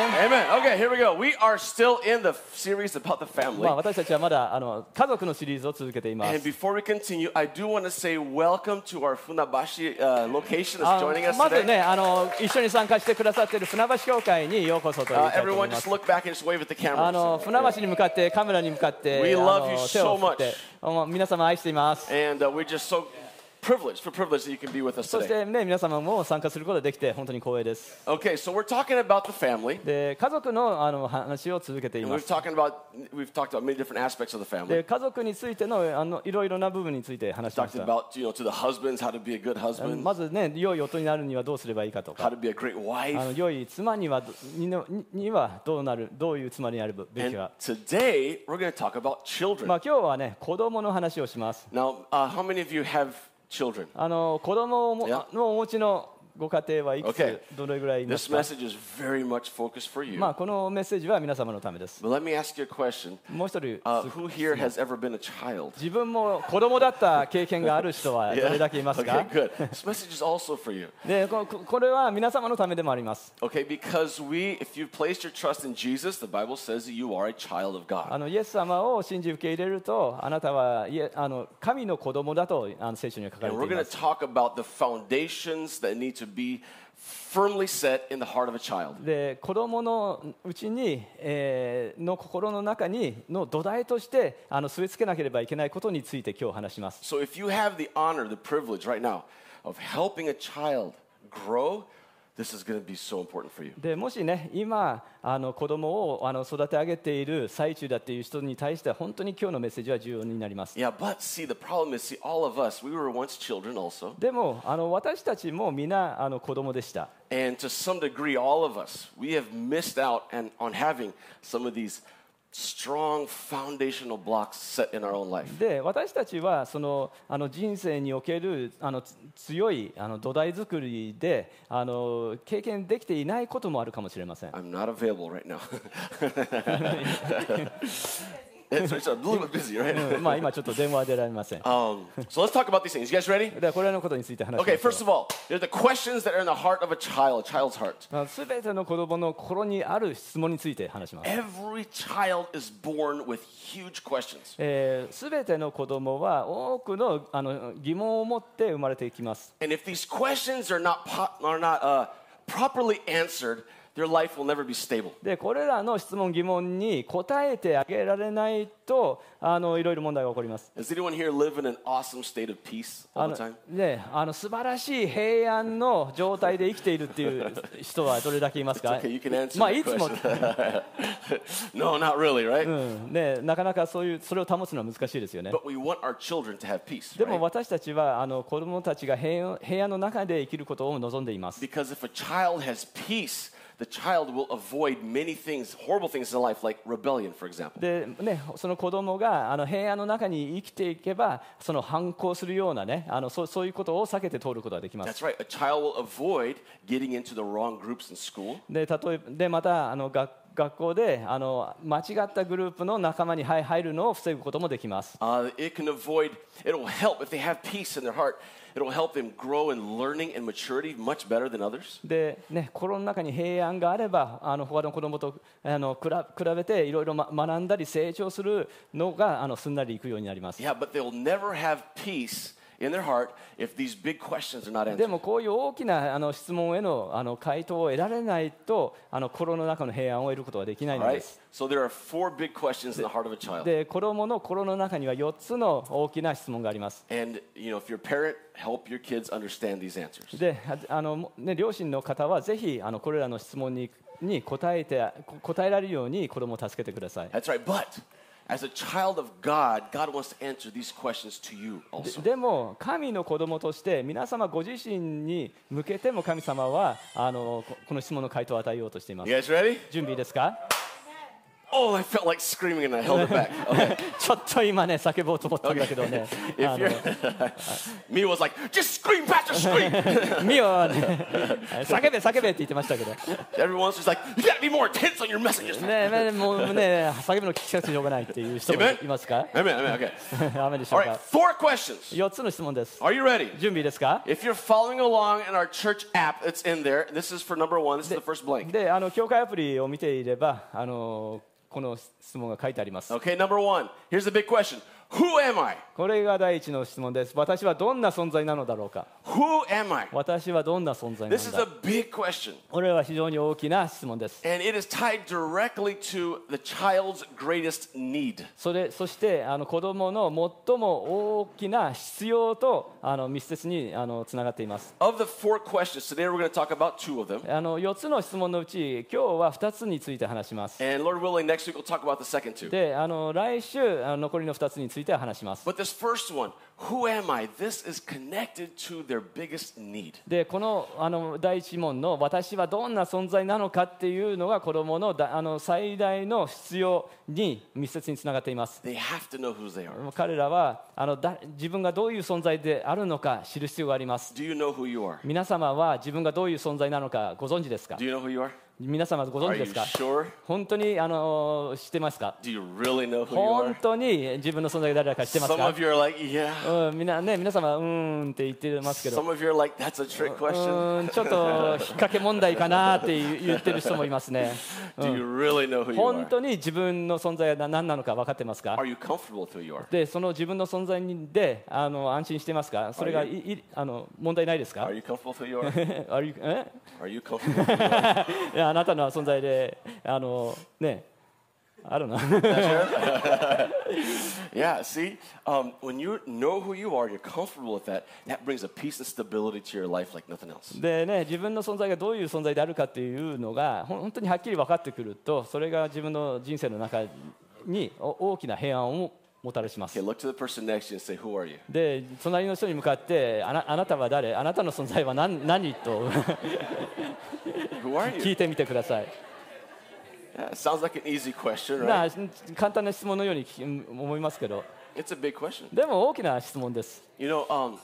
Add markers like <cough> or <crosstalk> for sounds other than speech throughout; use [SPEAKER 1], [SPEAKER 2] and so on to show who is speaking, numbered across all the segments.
[SPEAKER 1] Amen. Okay, here we go. We are still in the f- series about the
[SPEAKER 2] ま
[SPEAKER 1] family.
[SPEAKER 2] あ、私たちはまだあの家族のシリーズを続けていま
[SPEAKER 1] And
[SPEAKER 2] す。
[SPEAKER 1] before we continue, I do want to say welcome to our Funabashi uh, location
[SPEAKER 2] あ
[SPEAKER 1] that's
[SPEAKER 2] の
[SPEAKER 1] joining us
[SPEAKER 2] まず
[SPEAKER 1] today.
[SPEAKER 2] ねあの、一緒に参加してくださっている船橋協会にようこそと言
[SPEAKER 1] Uh,
[SPEAKER 2] いたいと思
[SPEAKER 1] everyone,
[SPEAKER 2] いま
[SPEAKER 1] just
[SPEAKER 2] す。
[SPEAKER 1] look back and just wave at the
[SPEAKER 2] あの
[SPEAKER 1] cameras.
[SPEAKER 2] 船橋に向かって、カメラに向かって、
[SPEAKER 1] We
[SPEAKER 2] あ
[SPEAKER 1] love you
[SPEAKER 2] の手
[SPEAKER 1] so
[SPEAKER 2] を振
[SPEAKER 1] much.
[SPEAKER 2] って、もう皆様愛しています。
[SPEAKER 1] And uh, we're just so privileged, for privilege that you can be with us
[SPEAKER 2] そし
[SPEAKER 1] today.
[SPEAKER 2] て、ね、皆様も参加することができて、本当に光栄です。
[SPEAKER 1] Okay, so we're talking about the family.
[SPEAKER 2] で家族のあの話を続けてい
[SPEAKER 1] And
[SPEAKER 2] ま
[SPEAKER 1] we've
[SPEAKER 2] す。
[SPEAKER 1] talking about we've talked about many different aspects of the family.
[SPEAKER 2] で家族についてのあのいろいろな部分について話しま
[SPEAKER 1] Talked
[SPEAKER 2] した
[SPEAKER 1] about you know to the husbands how to be a good
[SPEAKER 2] あの
[SPEAKER 1] husband,
[SPEAKER 2] まずね良い夫になるにはどうすればいいかと
[SPEAKER 1] how
[SPEAKER 2] か
[SPEAKER 1] to be a great
[SPEAKER 2] あ
[SPEAKER 1] wife.
[SPEAKER 2] の良い妻にはどにのににはどうなるどういう妻になるべき
[SPEAKER 1] And
[SPEAKER 2] か
[SPEAKER 1] today we're going to talk about children.
[SPEAKER 2] まあ、今日はね子供の話をします
[SPEAKER 1] Now, uh, how many of you have children?
[SPEAKER 2] あの子供をも
[SPEAKER 1] Yeah.
[SPEAKER 2] のお持ちのご家庭はいくつ、
[SPEAKER 1] Okay.
[SPEAKER 2] どれぐらいいま
[SPEAKER 1] This
[SPEAKER 2] すか
[SPEAKER 1] message is very much focused for you.
[SPEAKER 2] まあこのメッセージは皆様のためです
[SPEAKER 1] But let me ask you a question.
[SPEAKER 2] もう一人、
[SPEAKER 1] Uh,
[SPEAKER 2] す
[SPEAKER 1] who here has ever been a child?
[SPEAKER 2] 自分も子供だった経験がある
[SPEAKER 1] <laughs>
[SPEAKER 2] 人はどれだけいますか
[SPEAKER 1] Okay, good. This message is also for you.
[SPEAKER 2] でこここれは皆様のためでもあります
[SPEAKER 1] Okay, because we, if you've placed your trust in Jesus, the Bible says that you are a child of
[SPEAKER 2] あ
[SPEAKER 1] God.
[SPEAKER 2] のイエス様を信じ受け入れるとあなたはいえあの神の子供だとあの聖書には書かれ
[SPEAKER 1] And we're
[SPEAKER 2] ていま
[SPEAKER 1] going
[SPEAKER 2] す
[SPEAKER 1] to talk about the foundations that need to be firmly set in the heart of a child.
[SPEAKER 2] で子供のうちに、えーの心の中にの土台としてあの据え付けなければいけないことについて今日話します
[SPEAKER 1] So if you have the honor, the privilege right now of helping a child grow, this is going to be so important for you.
[SPEAKER 2] でもしね今あの子供をあの育て上げている最中だっていう人に対しては本当に今日のメッセージは重要になります
[SPEAKER 1] Yeah, but see, the problem is, see, all of us, we were once children also.
[SPEAKER 2] でもあの私たちも皆あの子供でした
[SPEAKER 1] And to some degree, all of us, we have missed out and, on having some of these strong foundational blocks set in our own life.
[SPEAKER 2] で私たちはそのあの人生におけるあのつ強いあの土台作りであの経験できていないこともあるかもしれません
[SPEAKER 1] I'm not available right now. <laughs> it's, it's a little bit busy, right?
[SPEAKER 2] まあ今ちょっと電話は出られません
[SPEAKER 1] Um, so let's talk about these things. You guys ready?
[SPEAKER 2] ではこれらのことについて話しま
[SPEAKER 1] Okay,
[SPEAKER 2] しょ
[SPEAKER 1] first of all, there's the questions that are in the heart of a child, a child's heart.
[SPEAKER 2] うすべての子供の心にある質問について話します
[SPEAKER 1] Every child is born with huge questions.
[SPEAKER 2] すべての子供は多くのあの疑問を持って生まれていきます
[SPEAKER 1] And if these questions are not, po- are not uh, properly answered, their life will never be stable.
[SPEAKER 2] でこれらの質問疑問に答えてあげられないとあのいろいろ問題が起こります
[SPEAKER 1] Does anyone here live in an awesome state of peace
[SPEAKER 2] あ
[SPEAKER 1] all
[SPEAKER 2] の
[SPEAKER 1] the time?
[SPEAKER 2] ね、あの素晴らしい平安の状態で生きているっていう人はどれだけいますか
[SPEAKER 1] Okay, you can answer
[SPEAKER 2] まあ
[SPEAKER 1] that
[SPEAKER 2] いつも、
[SPEAKER 1] question. <laughs> no, not really, right?
[SPEAKER 2] うんね、なかなかそういうそれを保つのは難しいですよね
[SPEAKER 1] But we want our children to have peace.
[SPEAKER 2] でも
[SPEAKER 1] Right?
[SPEAKER 2] 私たちはあの子供たちが平安平安の中で生きることを望んでいます
[SPEAKER 1] Because if a child has peace, the child will avoid many things, horrible things in life, like rebellion, for example.
[SPEAKER 2] でね、その子供があの平安の中に生きていけばその反抗するような、ね、あのそうそういうことを避けて通ることができます
[SPEAKER 1] That's right. A child will avoid getting into the wrong groups in school.
[SPEAKER 2] で例えばでまたあの学学校であの間違ったグループの仲間にはい入るのを防ぐこともできます
[SPEAKER 1] Uh, it can avoid, it'll help if they have peace in their heart. It'll help them grow in learning and maturity much better than others.
[SPEAKER 2] で、ね、心の中に平安があればあの他の子供とあのくら比べていろいろ、ま、学んだり成長するのがあのすんなりいくようになります
[SPEAKER 1] Yeah, but they'll never have peace in their heart if these big questions are not
[SPEAKER 2] で
[SPEAKER 1] answered.
[SPEAKER 2] もこういう大きなあの質問へのあの回答を得られないとあの心の中の平安を得ることはできない
[SPEAKER 1] All
[SPEAKER 2] ので
[SPEAKER 1] right?
[SPEAKER 2] す
[SPEAKER 1] So there are four big questions in the heart of a child.
[SPEAKER 2] で子供の心の中には4つの大きな質問があります
[SPEAKER 1] And, you know, if you're a parent, help your kids understand these answers.
[SPEAKER 2] でああの、ね、両親の方はぜひあのこれらの質問にに答えてこ答えられるように子供を助けてください
[SPEAKER 1] That's right. But as a child of God, God wants to answer these questions to you also.
[SPEAKER 2] でも神の子供として皆様ご自身に向けても神様はあのここの質問の回答を与えようとしていま
[SPEAKER 1] You
[SPEAKER 2] す
[SPEAKER 1] guys ready?
[SPEAKER 2] 準備いいですか
[SPEAKER 1] Oh, I felt like screaming and I held it back. Okay.
[SPEAKER 2] <laughs> ちょっと今ね叫ぼうと思ったんだけどね
[SPEAKER 1] <laughs>
[SPEAKER 2] <laughs>
[SPEAKER 1] If <laughs> you're, me was like, just scream, Pastor, scream. <laughs>
[SPEAKER 2] ミオはね叫べ叫べって言ってましたけど
[SPEAKER 1] Everyone's just like, you gotta be more intense on your messages.
[SPEAKER 2] ねねもうね叫ぶの聞きたくてしょうがないっていう人も
[SPEAKER 1] Amen.
[SPEAKER 2] いますか
[SPEAKER 1] Amen, amen, okay.
[SPEAKER 2] <laughs> ダメでし
[SPEAKER 1] All
[SPEAKER 2] ょうか
[SPEAKER 1] right, four questions.
[SPEAKER 2] 4つの質問です
[SPEAKER 1] Are you ready?
[SPEAKER 2] 準備ですか
[SPEAKER 1] If you're following along in our church app, it's in there. This is for number one. This is the first blank.
[SPEAKER 2] であの教会アプリを見ていればあのこの質問が書いてあります
[SPEAKER 1] Okay, number one. Here's the big question Who am I?
[SPEAKER 2] これが第一の質問です私はどんな存在なのだろうか
[SPEAKER 1] Who am I?
[SPEAKER 2] 私はどんな存在な
[SPEAKER 1] This is
[SPEAKER 2] のだ
[SPEAKER 1] a big question,
[SPEAKER 2] これは非常に大きな質問です
[SPEAKER 1] and it is tied directly to the child's greatest need.
[SPEAKER 2] それそしてあの子どもの最も大きな必要とあの密接にあのつながっています
[SPEAKER 1] Of the four questions, today we're going to talk about two of them.
[SPEAKER 2] あの4つの質問のうち今日は2つについて話します
[SPEAKER 1] And Lord willing, next week we'll talk about the second two.
[SPEAKER 2] であの来週あの残りの2つについては話します
[SPEAKER 1] But this first one, who am I? This is connected to their biggest need.
[SPEAKER 2] でこのあの第一問の「私はどんな存在なのか」っていうのが子どものだあの最大の必要に密接につながっています
[SPEAKER 1] They have to know who they are.
[SPEAKER 2] 彼らはあのだ自分がどういう存在であるのか知る必要があります
[SPEAKER 1] Do you know who you are?
[SPEAKER 2] 皆様は自分がどういう存在なのかご存知ですか
[SPEAKER 1] Do you know who you are?
[SPEAKER 2] 皆様ご存
[SPEAKER 1] Are
[SPEAKER 2] 知で
[SPEAKER 1] you
[SPEAKER 2] すか
[SPEAKER 1] sure?
[SPEAKER 2] 本当にあの知ってますか
[SPEAKER 1] Do you really know who you
[SPEAKER 2] 本
[SPEAKER 1] are?
[SPEAKER 2] 当に自分の存在が誰だか知ってます
[SPEAKER 1] Some
[SPEAKER 2] か
[SPEAKER 1] of you are like, yeah.
[SPEAKER 2] うん、みんなね皆様うーんって言ってますけど
[SPEAKER 1] Some of you are like, that's a trick
[SPEAKER 2] う
[SPEAKER 1] question.
[SPEAKER 2] ーんちょっと引っ掛け問題かなって言う言ってる人もいます <laughs> ね
[SPEAKER 1] Do you really know who you
[SPEAKER 2] 本
[SPEAKER 1] are?
[SPEAKER 2] 当に自分の存在は何なのか分かってますか
[SPEAKER 1] Are you comfortable with who you are?
[SPEAKER 2] でその自分の存在にであの安心してますかそれが
[SPEAKER 1] Are
[SPEAKER 2] いいあの問題ないですか
[SPEAKER 1] Are
[SPEAKER 2] <laughs>
[SPEAKER 1] you comfortable with who you are?
[SPEAKER 2] Are you- え
[SPEAKER 1] Are you comfortable? with who you are?
[SPEAKER 2] いやあなたの存在であのねあるな
[SPEAKER 1] Yeah, see, um, when you know who you are, you're comfortable with that, that brings a peace and stability to your life like nothing else.
[SPEAKER 2] でね自分の存在がどういう存在であるかっていうのがほん本当にはっきり分かってくるとそれが自分の人生の中にお大きな平安をもたらします
[SPEAKER 1] Okay, look to the person next to you and say, Who are you?
[SPEAKER 2] で隣の人に向かってあなあなたは誰あなたの存在は何何と <laughs>
[SPEAKER 1] Who are
[SPEAKER 2] 聞
[SPEAKER 1] you?
[SPEAKER 2] いてみてください
[SPEAKER 1] Yeah, it sounds like an easy question,
[SPEAKER 2] な
[SPEAKER 1] right?
[SPEAKER 2] あ簡単な質問のように聞き思いますけど
[SPEAKER 1] It's a big question.
[SPEAKER 2] でも大きな質問です
[SPEAKER 1] You know, um,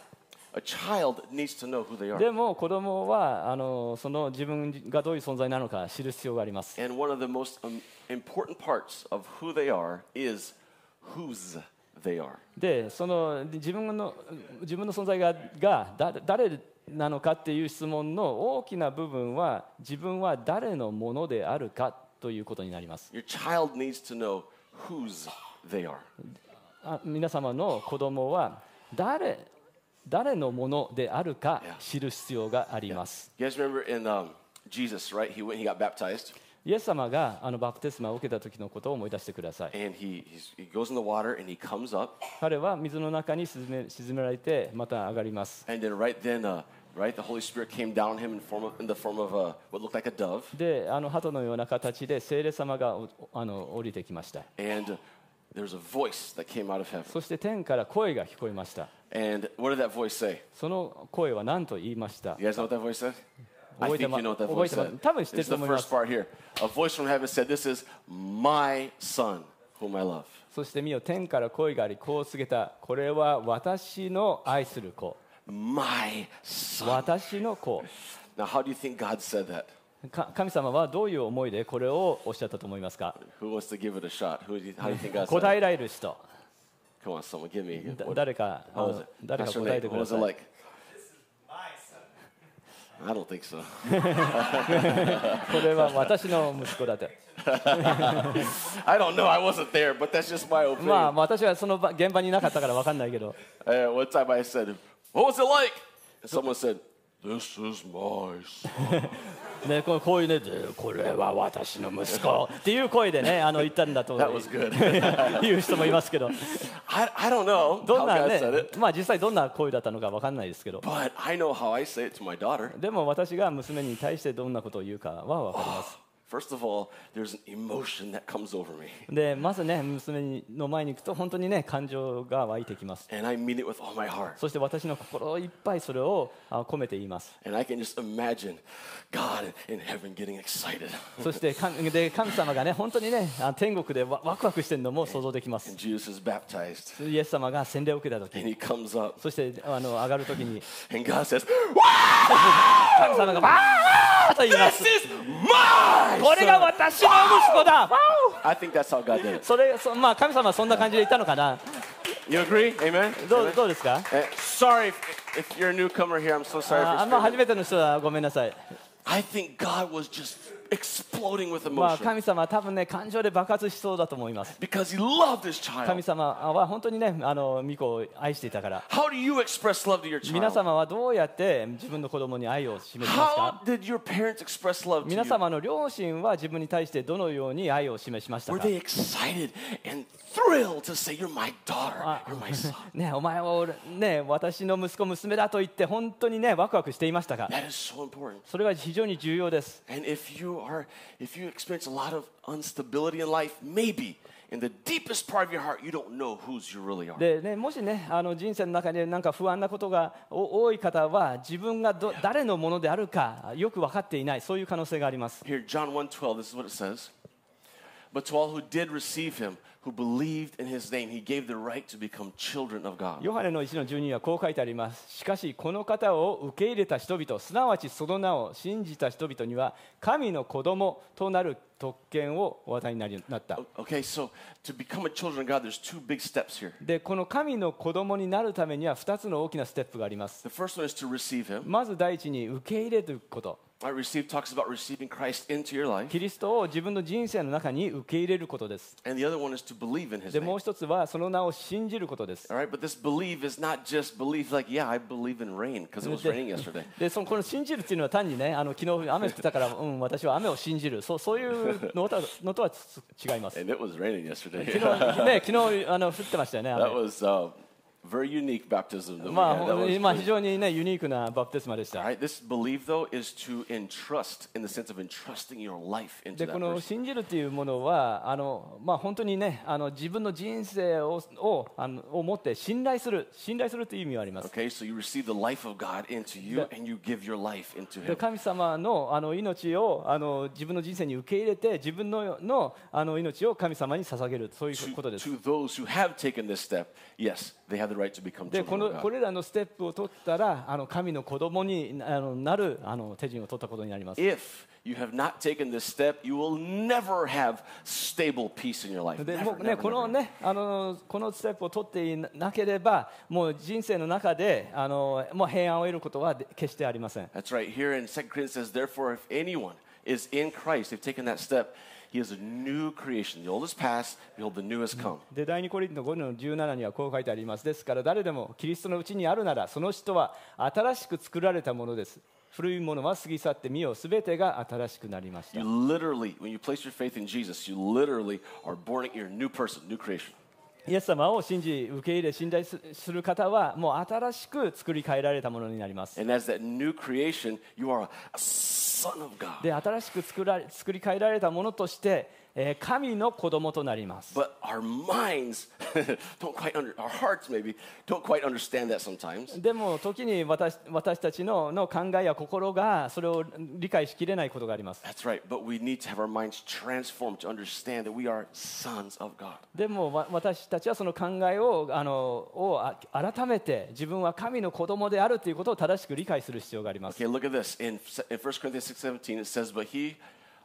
[SPEAKER 1] a child needs to know who they are.
[SPEAKER 2] でも子供はあのその自分がどういう存在なのか知る必要があります
[SPEAKER 1] And one of the most um, important parts of who they are is whose they are.
[SPEAKER 2] でその自分の自分の存在ががだ誰なのかっていう質問の大きな部分は自分は誰のものであるかということになります
[SPEAKER 1] Your child needs to know whose they are.
[SPEAKER 2] あ皆様の子供は誰誰のものであるか知る必要があります、
[SPEAKER 1] You guys remember in um, Jesus, right? He went, he got baptized,
[SPEAKER 2] イエス様があのバプテスマを受けた時のことを思い出してください
[SPEAKER 1] and he he's, he goes in the water, and he comes up,
[SPEAKER 2] 彼は水の中に沈め沈められてまた上がります
[SPEAKER 1] and then right then, uh, right, the Holy Spirit came down on him in form of, in the form of uh, what looked like a dove,
[SPEAKER 2] であの鳩のような形で聖霊様がおあの降りてきました
[SPEAKER 1] and uh, there was a voice that came out of heaven.
[SPEAKER 2] そして天から声が聞こえました
[SPEAKER 1] And what did that voice say?
[SPEAKER 2] その声は何と言いました
[SPEAKER 1] You guys know what that voice said? I
[SPEAKER 2] 覚えて
[SPEAKER 1] think
[SPEAKER 2] ま-
[SPEAKER 1] you know what that
[SPEAKER 2] 覚え
[SPEAKER 1] voice
[SPEAKER 2] てま
[SPEAKER 1] said.
[SPEAKER 2] 多分知ってる
[SPEAKER 1] It's
[SPEAKER 2] と
[SPEAKER 1] the
[SPEAKER 2] 思いま
[SPEAKER 1] first
[SPEAKER 2] す
[SPEAKER 1] part here. A voice from heaven said, This is my son, whom I love.
[SPEAKER 2] そして見よ天から声がありこう告げたこれは私の愛する子
[SPEAKER 1] My son.
[SPEAKER 2] 私の子
[SPEAKER 1] Now, how do you think God said that?
[SPEAKER 2] か神様はどういう思いでこれをおっしゃったと思いますか
[SPEAKER 1] Who wants to give it a shot? Who do you, how do you think God
[SPEAKER 2] 答
[SPEAKER 1] said?
[SPEAKER 2] えられる人
[SPEAKER 1] it? Come on, someone, give me.
[SPEAKER 2] だ
[SPEAKER 1] What,
[SPEAKER 2] 誰かあ
[SPEAKER 1] how was
[SPEAKER 2] の
[SPEAKER 1] it?
[SPEAKER 2] 誰か
[SPEAKER 1] Pastor
[SPEAKER 2] 答え
[SPEAKER 1] Nate, what
[SPEAKER 2] てく
[SPEAKER 1] was
[SPEAKER 2] だ
[SPEAKER 1] it
[SPEAKER 2] さい
[SPEAKER 1] like? I don't think so. <laughs>
[SPEAKER 2] これは私の息子だ
[SPEAKER 1] <laughs>
[SPEAKER 2] と
[SPEAKER 1] I don't know. I wasn't there, but that's just my
[SPEAKER 2] まあ
[SPEAKER 1] opinion.
[SPEAKER 2] 私はその場現場にいなかったから分かんないけど
[SPEAKER 1] Uh, one time I said, What was it like? And someone said, This is my son.
[SPEAKER 2] ね、こうこういうねで「これは私の息子」っていう声でねあの言ったんだと
[SPEAKER 1] That was
[SPEAKER 2] <laughs>
[SPEAKER 1] good. <laughs>
[SPEAKER 2] いう人もいますけど
[SPEAKER 1] I, I don't know
[SPEAKER 2] ど
[SPEAKER 1] how
[SPEAKER 2] んな
[SPEAKER 1] God
[SPEAKER 2] ね
[SPEAKER 1] said it,
[SPEAKER 2] まあ実際どんな声だったのか分かんないですけど
[SPEAKER 1] but I know how I say it to my daughter.
[SPEAKER 2] でも私が娘に対してどんなことを言うかは分かります
[SPEAKER 1] <sighs> First of all, there's an emotion that comes over me,
[SPEAKER 2] でまずね娘の前に行くと本当にね感情が湧いてきます
[SPEAKER 1] and I mean it with all my heart.
[SPEAKER 2] そして私の心いっぱいそれをあ込めて言います
[SPEAKER 1] And I can just imagine God in heaven getting excited. <laughs>
[SPEAKER 2] そして神で神様がね本当にねあ天国でわワクワクしてるのも想像できます
[SPEAKER 1] And Jesus is baptized,
[SPEAKER 2] イエス様が洗礼を受けた時
[SPEAKER 1] and he comes up,
[SPEAKER 2] そしてあの上がる時に
[SPEAKER 1] and God <laughs> says, Wow!
[SPEAKER 2] 神様がわーと言います
[SPEAKER 1] This is my!
[SPEAKER 2] これが
[SPEAKER 1] son!"
[SPEAKER 2] 私の息子だわお
[SPEAKER 1] I think that's how God did it.
[SPEAKER 2] それそまあ神様はそんな感じで言ったのかな
[SPEAKER 1] You agree? Amen?
[SPEAKER 2] ど
[SPEAKER 1] Amen?
[SPEAKER 2] うどうですか
[SPEAKER 1] Eh, sorry if, if you're a newcomer here. Uh, I'm so sorry
[SPEAKER 2] ああ
[SPEAKER 1] for
[SPEAKER 2] んま
[SPEAKER 1] your
[SPEAKER 2] 初
[SPEAKER 1] statement.
[SPEAKER 2] めての人はごめんなさい、
[SPEAKER 1] I think God was just exploding with
[SPEAKER 2] まあ、
[SPEAKER 1] emotion
[SPEAKER 2] 神様は多分ね感情で爆発しそうだと思います
[SPEAKER 1] because He loved His child.
[SPEAKER 2] 神様は本当にねあの御子を愛していたから
[SPEAKER 1] How do you express love to your
[SPEAKER 2] 皆
[SPEAKER 1] child?
[SPEAKER 2] 様はどうやって自分の子供に愛を示しますか
[SPEAKER 1] How did your parents express love to
[SPEAKER 2] 皆
[SPEAKER 1] you?
[SPEAKER 2] 様の両親は自分に対してどのように愛を示しました
[SPEAKER 1] Were
[SPEAKER 2] か
[SPEAKER 1] they excited and thrilled to say, "You're my daughter,
[SPEAKER 2] あ
[SPEAKER 1] you're my son"?
[SPEAKER 2] <laughs> ね、お前は俺、ね、私の息子娘だと言って本当にねワクワクしていましたか
[SPEAKER 1] That is so important.
[SPEAKER 2] それが非常に重要です
[SPEAKER 1] And if you are, if you experience a lot of instability in life, maybe in the deepest part of your heart, you don't know whose you really are.
[SPEAKER 2] で、ね、もしねあの人生の中になんか不安なことがお多い方は自分がど誰のものであるかよく分かっていないそういう可能性があります
[SPEAKER 1] Here, John 1.12, this is what it says. But to all who did receive him, who believed in his name, he gave the right to become children of God.
[SPEAKER 2] ヨハネの1の12にはこう書いてありますしかしこの方を受け入れた人々すなわちその名を信じた人々には神の子供となる特権をお与えになりなった
[SPEAKER 1] Okay, so to become a children of God, there's two big steps here.
[SPEAKER 2] でこの神の子供になるためには2つの大きなステップがあります
[SPEAKER 1] The first one is to receive him.
[SPEAKER 2] まず第一に受け入れること
[SPEAKER 1] I receive talks about receiving Christ into your life.
[SPEAKER 2] キリストを自分の人生の中に受け入れることです
[SPEAKER 1] And the other one is to believe in his
[SPEAKER 2] で
[SPEAKER 1] name.
[SPEAKER 2] もう一つはその名を信じることです
[SPEAKER 1] All right, but this believe is not just belief like, yeah, I believe in rain because it was raining yesterday.
[SPEAKER 2] でそのこの信じるっていうのは単にねあの昨日雨降ってたから、 <laughs> うん、私は雨を信じるそうそういうのとはのとは違います
[SPEAKER 1] And it was raining yesterday. <laughs>
[SPEAKER 2] ね、昨日あの降ってましたよね。雨
[SPEAKER 1] that was uh, very unique baptism that
[SPEAKER 2] まあ
[SPEAKER 1] we had. That
[SPEAKER 2] ほん
[SPEAKER 1] was
[SPEAKER 2] まあ、
[SPEAKER 1] pretty-
[SPEAKER 2] 非常に、ね、ユニークなバプテスマでし
[SPEAKER 1] All
[SPEAKER 2] た。
[SPEAKER 1] right, this belief though is to entrust in the sense of entrusting your life into
[SPEAKER 2] で
[SPEAKER 1] that
[SPEAKER 2] この
[SPEAKER 1] person.
[SPEAKER 2] 信じるというものはあの、まあ、本当にねあの自分の人生ををあのを持って信頼する信頼するという意味はあります。
[SPEAKER 1] Okay, so you receive the life of God into you
[SPEAKER 2] The-
[SPEAKER 1] and you give your life into
[SPEAKER 2] で
[SPEAKER 1] Him.
[SPEAKER 2] 神様のあの命をあの自分の人生に受け入れて自分ののあの命を神様に捧げるそういうこと
[SPEAKER 1] To,
[SPEAKER 2] です。
[SPEAKER 1] to those who have taken this step, yes, they have the right to become
[SPEAKER 2] でこ
[SPEAKER 1] children
[SPEAKER 2] の
[SPEAKER 1] of
[SPEAKER 2] こ
[SPEAKER 1] God.
[SPEAKER 2] れらのステップを取ったらあの神の子供にあのなるあの手順を取ったことになります。
[SPEAKER 1] If you have not taken this step, you will never have stable peace in your life.
[SPEAKER 2] で
[SPEAKER 1] Never,
[SPEAKER 2] もうね、
[SPEAKER 1] never,
[SPEAKER 2] こ
[SPEAKER 1] never.
[SPEAKER 2] のね、あのこのステップを取っていなければ、もう人生の中であのもう平安を得ることはで決してありません。
[SPEAKER 1] That's right. Here in 2 Corinthians says, therefore, if anyone is in Christ, they've taken that step, he is a new creation. The old is past, behold, the new has come.
[SPEAKER 2] で第2コリント5の17にはこう書いてあります。ですから誰でもキリストのうちにあるなら、その人は新しく作られたものです。古いものは過ぎ去ってみよう、すべてが新しくなりました
[SPEAKER 1] You。literally, when you place your faith in Jesus, you literally are born again, you're a new person, new creation.
[SPEAKER 2] イエス様を信じ、受け入れ、信頼すする方は、もう新しく作り変えられたものになります。
[SPEAKER 1] And as that new creation, you are a son of God.
[SPEAKER 2] で新しく作られ作り変えられたものとして、えー神の子供となります。
[SPEAKER 1] But our minds <laughs> don't quite under our hearts maybe don't quite understand that sometimes.
[SPEAKER 2] でも時に私私たちのの考えや心がそれを理解しきれないことがあります
[SPEAKER 1] That's right, but we need to have our minds transformed to understand that we are sons of God.
[SPEAKER 2] でもわ私たちはその考えをあのをあ改めて自分は神の子供であるということを正しく理解する必要があります
[SPEAKER 1] Okay, look at this. In, in 1 Corinthians 6 17, it says, But he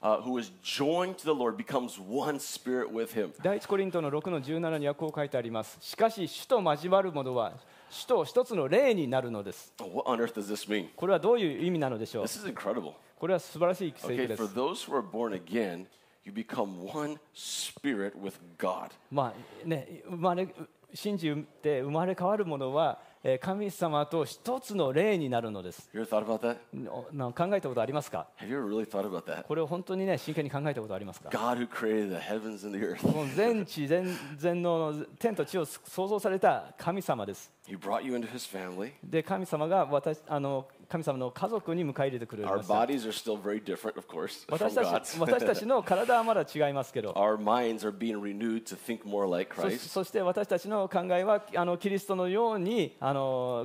[SPEAKER 1] uh, who is joined to the Lord becomes one spirit with him.
[SPEAKER 2] 第一コリントの6の17にはこう書いてありますしかし主と交わる者は主と一つの霊になるのです
[SPEAKER 1] What on earth does this mean?
[SPEAKER 2] これはどういう意味なのでしょう
[SPEAKER 1] This is incredible.
[SPEAKER 2] これは素晴らしい聖句
[SPEAKER 1] Okay,
[SPEAKER 2] です
[SPEAKER 1] for those who are born again, you become one spirit with God.
[SPEAKER 2] まあね、生まれ信じて生まれ変わるものは、えー神様と一つの霊になるのです。
[SPEAKER 1] You ever thought about that?
[SPEAKER 2] おな考えたことありますか
[SPEAKER 1] Have you ever really thought about that?
[SPEAKER 2] これを本当にね真剣に考えたことありますか
[SPEAKER 1] God who created the heavens and the earth,
[SPEAKER 2] この全知全全能の天と地を創造された神様です。
[SPEAKER 1] He brought you into His family,
[SPEAKER 2] で神様が私あの神様の家族に迎え入れてくれ
[SPEAKER 1] Our
[SPEAKER 2] ました
[SPEAKER 1] bodies are still very different, of course, from
[SPEAKER 2] 私た
[SPEAKER 1] God's.
[SPEAKER 2] ち私たちの体はまだ違いますけど
[SPEAKER 1] <laughs> Our minds are being renewed to think more like
[SPEAKER 2] そ
[SPEAKER 1] <laughs> Christ.
[SPEAKER 2] そして私たちの考えはあのキリストのようにあの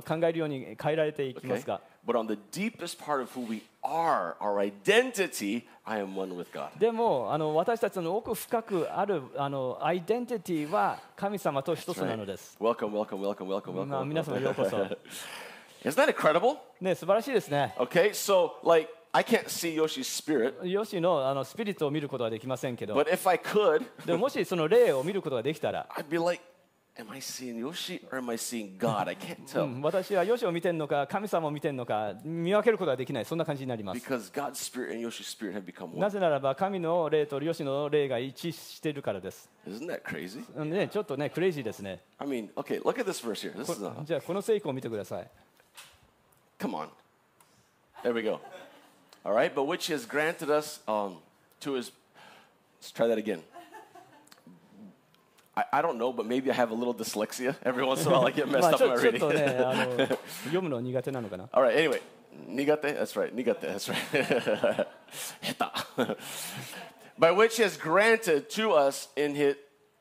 [SPEAKER 2] 考えるように変えられていきま
[SPEAKER 1] Okay?
[SPEAKER 2] すが、
[SPEAKER 1] But on the deepest part of who we are, our identity, I am one with God.
[SPEAKER 2] でもあの私たちの奥深くあるあのアイデンティティは神様と一つなのです。
[SPEAKER 1] Welcome, welcome, welcome, welcome,
[SPEAKER 2] まあ
[SPEAKER 1] welcome.
[SPEAKER 2] 皆様ようこそ。
[SPEAKER 1] Isn't that incredible?
[SPEAKER 2] ね素晴らしいですね。
[SPEAKER 1] Okay, so like I can't see Yoshi's spirit,
[SPEAKER 2] ヨシのあのスピリットを見ることはできませんけど、
[SPEAKER 1] but if I could,
[SPEAKER 2] でももしその霊を見ることができたら、
[SPEAKER 1] I'd be like, am I seeing Yoshi or am I seeing God? I can't
[SPEAKER 2] う
[SPEAKER 1] tell.
[SPEAKER 2] ん私はヨシを見てるのか神様を見てるのか見分けることができないそんな感じになります。
[SPEAKER 1] Because God's spirit and Yoshi's spirit have become one.
[SPEAKER 2] なぜならば神の霊とヨシの霊が一致しているからです。
[SPEAKER 1] Isn't that crazy?
[SPEAKER 2] ねちょっとねクレイジーですね。
[SPEAKER 1] I mean, okay, look at this verse here. This is not,
[SPEAKER 2] じゃあこの聖句を見てください。
[SPEAKER 1] come on. There we go. All right, but which has granted us um, to his. Let's try that again. I, I don't know, but maybe I have a little dyslexia. Every once in a while, I get
[SPEAKER 2] ま <laughs>
[SPEAKER 1] messed
[SPEAKER 2] あ
[SPEAKER 1] up
[SPEAKER 2] ち
[SPEAKER 1] in
[SPEAKER 2] ょ
[SPEAKER 1] my
[SPEAKER 2] ちょっ
[SPEAKER 1] reading.
[SPEAKER 2] と
[SPEAKER 1] <laughs>
[SPEAKER 2] ねあの読むの苦手なのかな。
[SPEAKER 1] All right, anyway. Nigate, that's right. Nigate, that's right. <laughs> Heta. <laughs> By which he has granted to us in his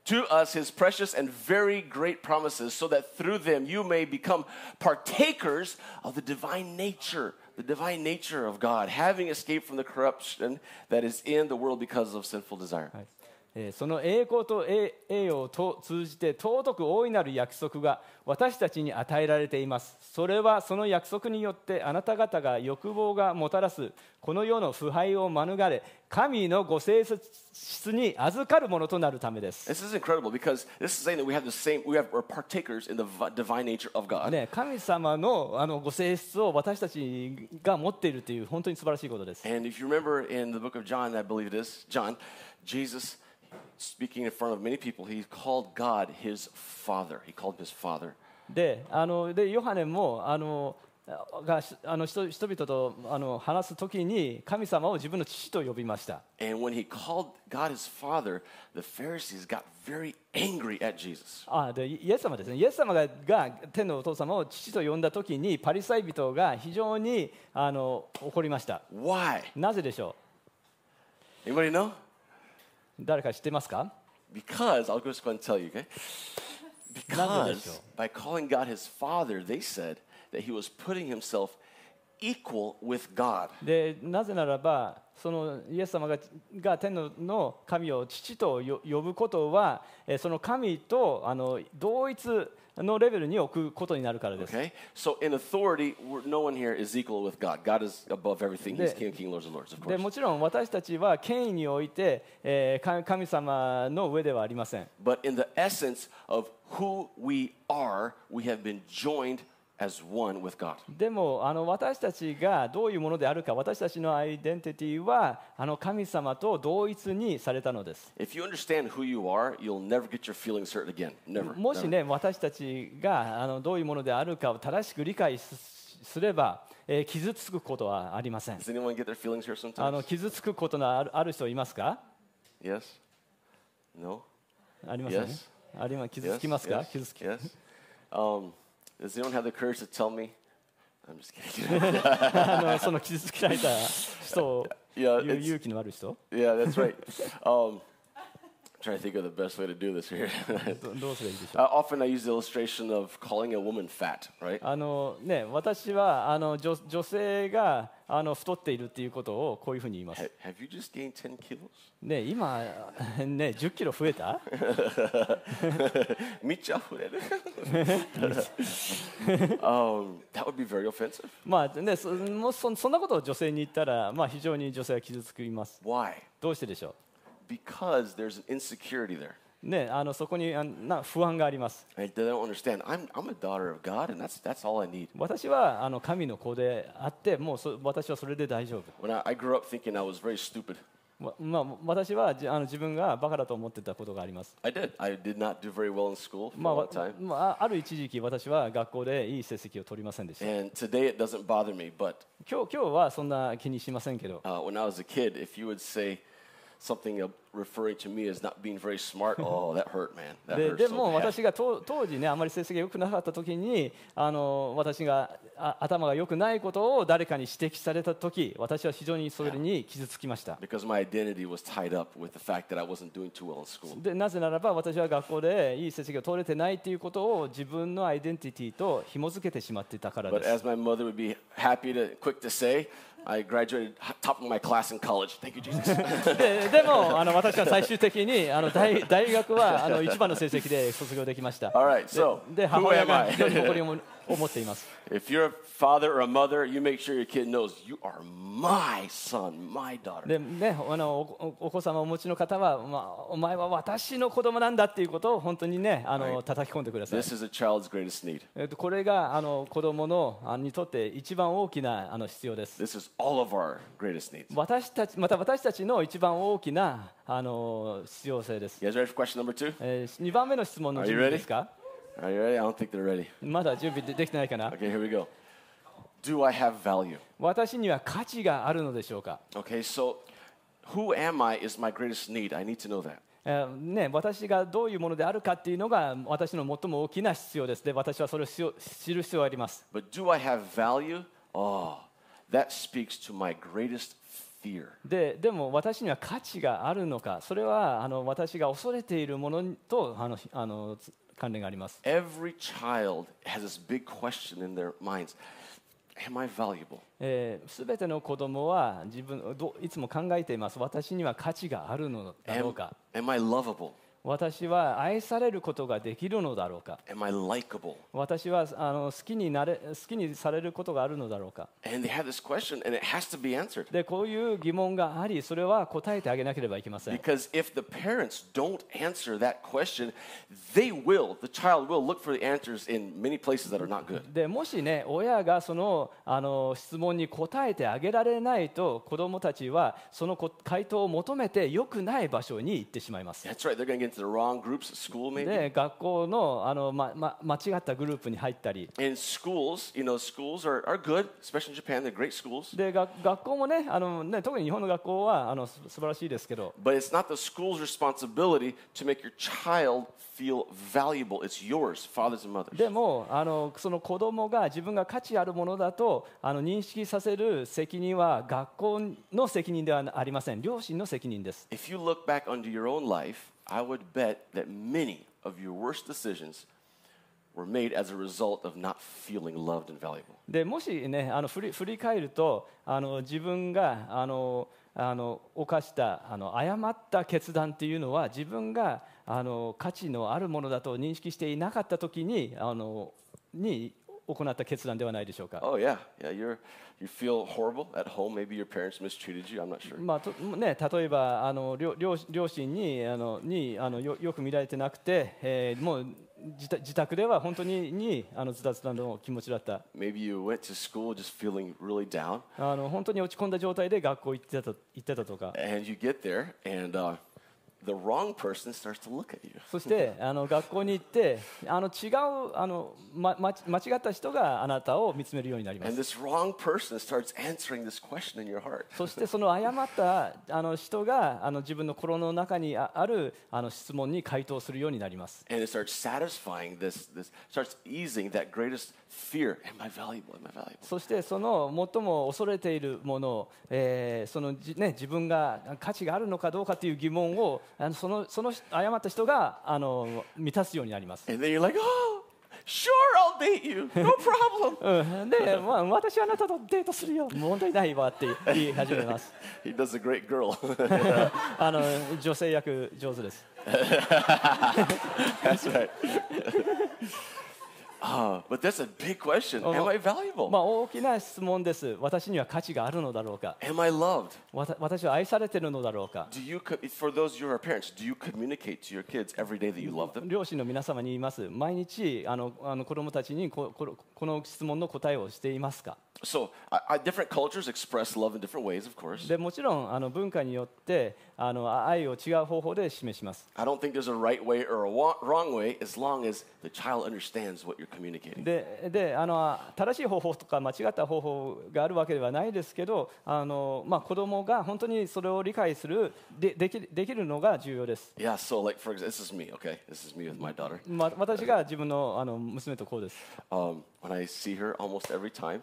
[SPEAKER 1] to us his precious and very great promises, so that through them you may become partakers of the divine nature, the divine nature of God, having escaped from the corruption that is in the world because of sinful desire.
[SPEAKER 2] はいえーその栄光と栄栄誉をと通じて尊く大いなる約束が私たちに与えられていますそれはその約束によってあなた方が欲望がもたらすこの世の腐敗を免れ神のご性質に預かるものとなるためです、
[SPEAKER 1] This is incredible because this is saying that we have the same, we have, we're partakers in the vi- divine nature of God.
[SPEAKER 2] ね、神様のあのご性質を私たちが持っているという本当に素晴らしいことです、
[SPEAKER 1] And if you remember in the book of John, I believe it is, John, Jesus speaking in front of many people, he called God his father. He called him his father.
[SPEAKER 2] であのでヨハネもあのがあの人人々とあの話す時に神様を自分の父と呼びました
[SPEAKER 1] And when he called God his father, the Pharisees got very angry at Jesus.
[SPEAKER 2] あでイエス様ですね、イエス様がが天のお父様を父と呼んだときに、パリサイ人が非常にあの怒りました。
[SPEAKER 1] Why?
[SPEAKER 2] なぜでしょ
[SPEAKER 1] Anybody know?
[SPEAKER 2] う誰か知ってますか
[SPEAKER 1] Because, I'll just go ahead and tell you, okay? Because by calling God his father, they said that he was putting himself equal with God.
[SPEAKER 2] でなぜならば、そのイエス様がが天のの神を父とよ呼ぶことは、えその神とあの同一のレベルに置くことになるからです。
[SPEAKER 1] Okay? So in authority, we're, no one here is equal with God. God is above everything. He's
[SPEAKER 2] De-
[SPEAKER 1] King, of King, Lords of Lords, of
[SPEAKER 2] で
[SPEAKER 1] course.
[SPEAKER 2] もちろん私たちは権威において、えーか神様の上ではありません。
[SPEAKER 1] But in the essence of who we are, we have been joined as one with God.
[SPEAKER 2] でもあの私たちがどういうものであるか私たちのアイデンティティはあの神様と同一にされたのです
[SPEAKER 1] If you understand who you are, you'll never get your feelings hurt again. Never.
[SPEAKER 2] もし
[SPEAKER 1] never.
[SPEAKER 2] ね私たちがあのどういうものであるかを正しく理解すすれば、えー傷つくことはありません
[SPEAKER 1] Does anyone get their feelings hurt
[SPEAKER 2] あの
[SPEAKER 1] sometimes?
[SPEAKER 2] 傷つくことのあるある人いますか
[SPEAKER 1] Yes? No?
[SPEAKER 2] ありますよね
[SPEAKER 1] Yes.
[SPEAKER 2] あります傷
[SPEAKER 1] Yes?
[SPEAKER 2] つきますか、
[SPEAKER 1] yes,
[SPEAKER 2] 傷つき <laughs>
[SPEAKER 1] yes. Um, does anyone have the courage to tell me? I'm just kidding. <laughs>
[SPEAKER 2] あのその傷つけられた人を
[SPEAKER 1] Yeah,
[SPEAKER 2] 言う
[SPEAKER 1] it's-
[SPEAKER 2] 勇気のある人
[SPEAKER 1] yeah, that's right. <laughs> Um, trying to think of the best way to do this here. <laughs>
[SPEAKER 2] どどうすればいいでしょう
[SPEAKER 1] Uh, often I use the illustration of calling a woman fat, right?
[SPEAKER 2] あのね、私はあの女女性があの太っているっていうことをこういうふうに言います、
[SPEAKER 1] Ha- have you just gained 10 kilos? <laughs>
[SPEAKER 2] ね、今、ね、10キロ増えた <laughs>
[SPEAKER 1] Micha um, that would be very offensive.
[SPEAKER 2] まあ、ね、そもうそそんなことを女性に言ったら、まあ、非常に女性は傷つきます、
[SPEAKER 1] Why?
[SPEAKER 2] どうしてでしょ
[SPEAKER 1] Because there's an insecurity there.
[SPEAKER 2] う、ね、あのそこにあのな不安があります、
[SPEAKER 1] I they don't understand. I'm, I'm a daughter of God, and that's, that's all I need.
[SPEAKER 2] 私はあの神の子であって、もうそ私はそれで大丈
[SPEAKER 1] When I, I grew up thinking I was very stupid,
[SPEAKER 2] 夫、わまあ、私はじあの自分がバカだと思ってたことがあります。
[SPEAKER 1] I did. I did not do very well in school for
[SPEAKER 2] まあ
[SPEAKER 1] a long
[SPEAKER 2] わ
[SPEAKER 1] time.
[SPEAKER 2] まあ、ある一時期、私は学校でいい成績を取りませんでした。
[SPEAKER 1] And today it doesn't bother me, but
[SPEAKER 2] 今日今日はそんな気にしませんけど、
[SPEAKER 1] uh, when I was a kid, if you would say, something of referring to me as not being very smart. Oh, that hurt, man. That
[SPEAKER 2] で
[SPEAKER 1] hurt
[SPEAKER 2] でも
[SPEAKER 1] so bad.
[SPEAKER 2] 私が当当時ねあまり成績が良くなかった時にあの私があ頭が良くないことを誰かに指摘された時私は非常にそれに傷つきました
[SPEAKER 1] Because my identity was tied up with the fact that I wasn't doing too well in school.
[SPEAKER 2] でなぜならば私は学校でいい成績が取れてないということを自分のアイデンティティと紐付けてしまっていたから
[SPEAKER 1] But
[SPEAKER 2] です
[SPEAKER 1] as my mother would be happy to, quick to say, I graduated h- top of my class in college. Thank you, Jesus.
[SPEAKER 2] <laughs> ででもあの私は最終的にあの大大学はあの一番の成績で卒業できました。
[SPEAKER 1] All right, so
[SPEAKER 2] で
[SPEAKER 1] who
[SPEAKER 2] 母親
[SPEAKER 1] am
[SPEAKER 2] が
[SPEAKER 1] I? <laughs>
[SPEAKER 2] 非常に誇りをも思っています。
[SPEAKER 1] if you're a father or a mother, you make sure your kid knows you are my son, my daughter.
[SPEAKER 2] でねあのおおお子様をお持ちの方は、まあ、お前は私の子供なんだっていうことを本当にねあの、
[SPEAKER 1] はい
[SPEAKER 2] 叩き込んでください
[SPEAKER 1] This。is a child's greatest need.
[SPEAKER 2] えっとこれがあの子供のあにとって一番大きなあの必要です。
[SPEAKER 1] This is all of our greatest needs. You
[SPEAKER 2] 私たちまた私たちの一番大きなあの必要性です。
[SPEAKER 1] guys ready for question number two?
[SPEAKER 2] えー、2番目の質問の準
[SPEAKER 1] Are you
[SPEAKER 2] 備
[SPEAKER 1] ready?
[SPEAKER 2] ですか
[SPEAKER 1] Are you ready? I don't think they're ready.
[SPEAKER 2] まだ準備でできてないかな
[SPEAKER 1] Okay, here we go. Do I have value?
[SPEAKER 2] 私には価値があるのでしょうか、
[SPEAKER 1] Okay, so who am I is my greatest need. I need to know that.
[SPEAKER 2] えーね、私がどういうものであるかっていうのが私の最も大きな必要ですで私はそれを知知る必要があります
[SPEAKER 1] But do I have value? Oh, that speaks to my greatest fear.
[SPEAKER 2] ででも私には価値があるのかそれはあの私が恐れているものとあのひあのつ関連があります
[SPEAKER 1] Every child has this big question in their minds Am I valuable?
[SPEAKER 2] すべ、全ての子供は自分どいつも考えています私には価値があるのだろ
[SPEAKER 1] Am,
[SPEAKER 2] うか
[SPEAKER 1] am I lovable?
[SPEAKER 2] 私は愛されることができるのだろうか
[SPEAKER 1] Am I likable?
[SPEAKER 2] 私はあの好きになれ好きにされることがあるのだろうか
[SPEAKER 1] And they have this question, and it has to be answered.
[SPEAKER 2] でこういう疑問がありそれは答えてあげなければいけません
[SPEAKER 1] Because if the parents don't answer that question, they will, the child will look for the answers in many places that are not good.
[SPEAKER 2] でもしね親がそのあの質問に答えてあげられないと子どもたちはそのこ回答を求めて良くない場所に行ってしまいます
[SPEAKER 1] That's right, they're going to get into the wrong groups at school, maybe.
[SPEAKER 2] で学校のあの、まま、間違ったグループに入ったり
[SPEAKER 1] And schools, you know, schools are, are good, especially in Japan, they're great schools.
[SPEAKER 2] でが学校もねあのね特に日本の学校はあのす素晴らしいですけど
[SPEAKER 1] But it's not the school's responsibility to make your child feel valuable. It's yours, fathers and mothers.
[SPEAKER 2] でもあのその子供が自分が価値あるものだとあの認識させる責任は学校の責任ではありません両親の責任です
[SPEAKER 1] If you look back onto your own life, I would bet that many of your worst decisions were made as a result of not feeling loved and valuable.
[SPEAKER 2] でもしねあの振り振り返るとあの自分があのあの犯したあの誤った決断っていうのは自分があの価値のあるものだと認識していなかった時にあのに行った決断ではないでしょうか。
[SPEAKER 1] Oh yeah, yeah. You're you feel horrible at home. Maybe your parents mistreated you. I'm not sure.
[SPEAKER 2] まあとね、例えばあの両両両親にあのにあのよよく見られてなくて、えーもう自宅自宅では本当ににあのズタズタの気持ちだった。
[SPEAKER 1] Maybe you went to school just feeling really down,
[SPEAKER 2] あの本当に落ち込んだ状態で学校行ってたと行ってたとか
[SPEAKER 1] and you get there, and uh, the wrong person starts to look at you.
[SPEAKER 2] そ <laughs> してあの学校に行ってあの違うあの、ま、ま間違った人があなたを見つめるようになりま
[SPEAKER 1] And
[SPEAKER 2] す
[SPEAKER 1] this wrong person starts answering this question in your heart.
[SPEAKER 2] そしてその誤ったあの人があの自分の心の中にああるあの質問に回答するようになります
[SPEAKER 1] And it starts satisfying this, this starts easing that greatest fear. Am I valuable? Am I valuable?
[SPEAKER 2] そしてその最も恐れているもの、えーそのじね、自分が価値があるのかどうかという疑問をあのそのその誤った人があの満たすようになります
[SPEAKER 1] And then you're like, oh, sure, I'll date you. No problem.
[SPEAKER 2] うんで、まあ、私はあなたとデートするよ問題ないわって言い始めます
[SPEAKER 1] he does a great girl. <laughs>
[SPEAKER 2] あの女性役上手です。
[SPEAKER 1] that's right. Uh, but that's a big question. Am I valuable?
[SPEAKER 2] まあ大きな質問です。私には価値があるのだろうか。
[SPEAKER 1] Am I loved?
[SPEAKER 2] わた私は愛されてるのだろうか。
[SPEAKER 1] Do you co- for those who are parents? Do you communicate to your kids every day that you love them?
[SPEAKER 2] 両親の皆様に言います。毎日あのあの子供たちにこここの質問の答えをしていますか。
[SPEAKER 1] So, I, I, different cultures express love in different ways, of course.
[SPEAKER 2] でもちろんあの文化によってあの愛を違う方法で示します
[SPEAKER 1] I don't think there's a right way or a wa- wrong way as long as the child understands what you're communicating.
[SPEAKER 2] でであの正しい方法とか間違った方法があるわけではないですけどあの、まあ、子供が本当にそれを理解するでできできるのが重要です
[SPEAKER 1] Yeah, so like for example, this is me, okay? This is me with my daughter.
[SPEAKER 2] ま私が自分のあの娘とこうです
[SPEAKER 1] Um, when I see her almost every time,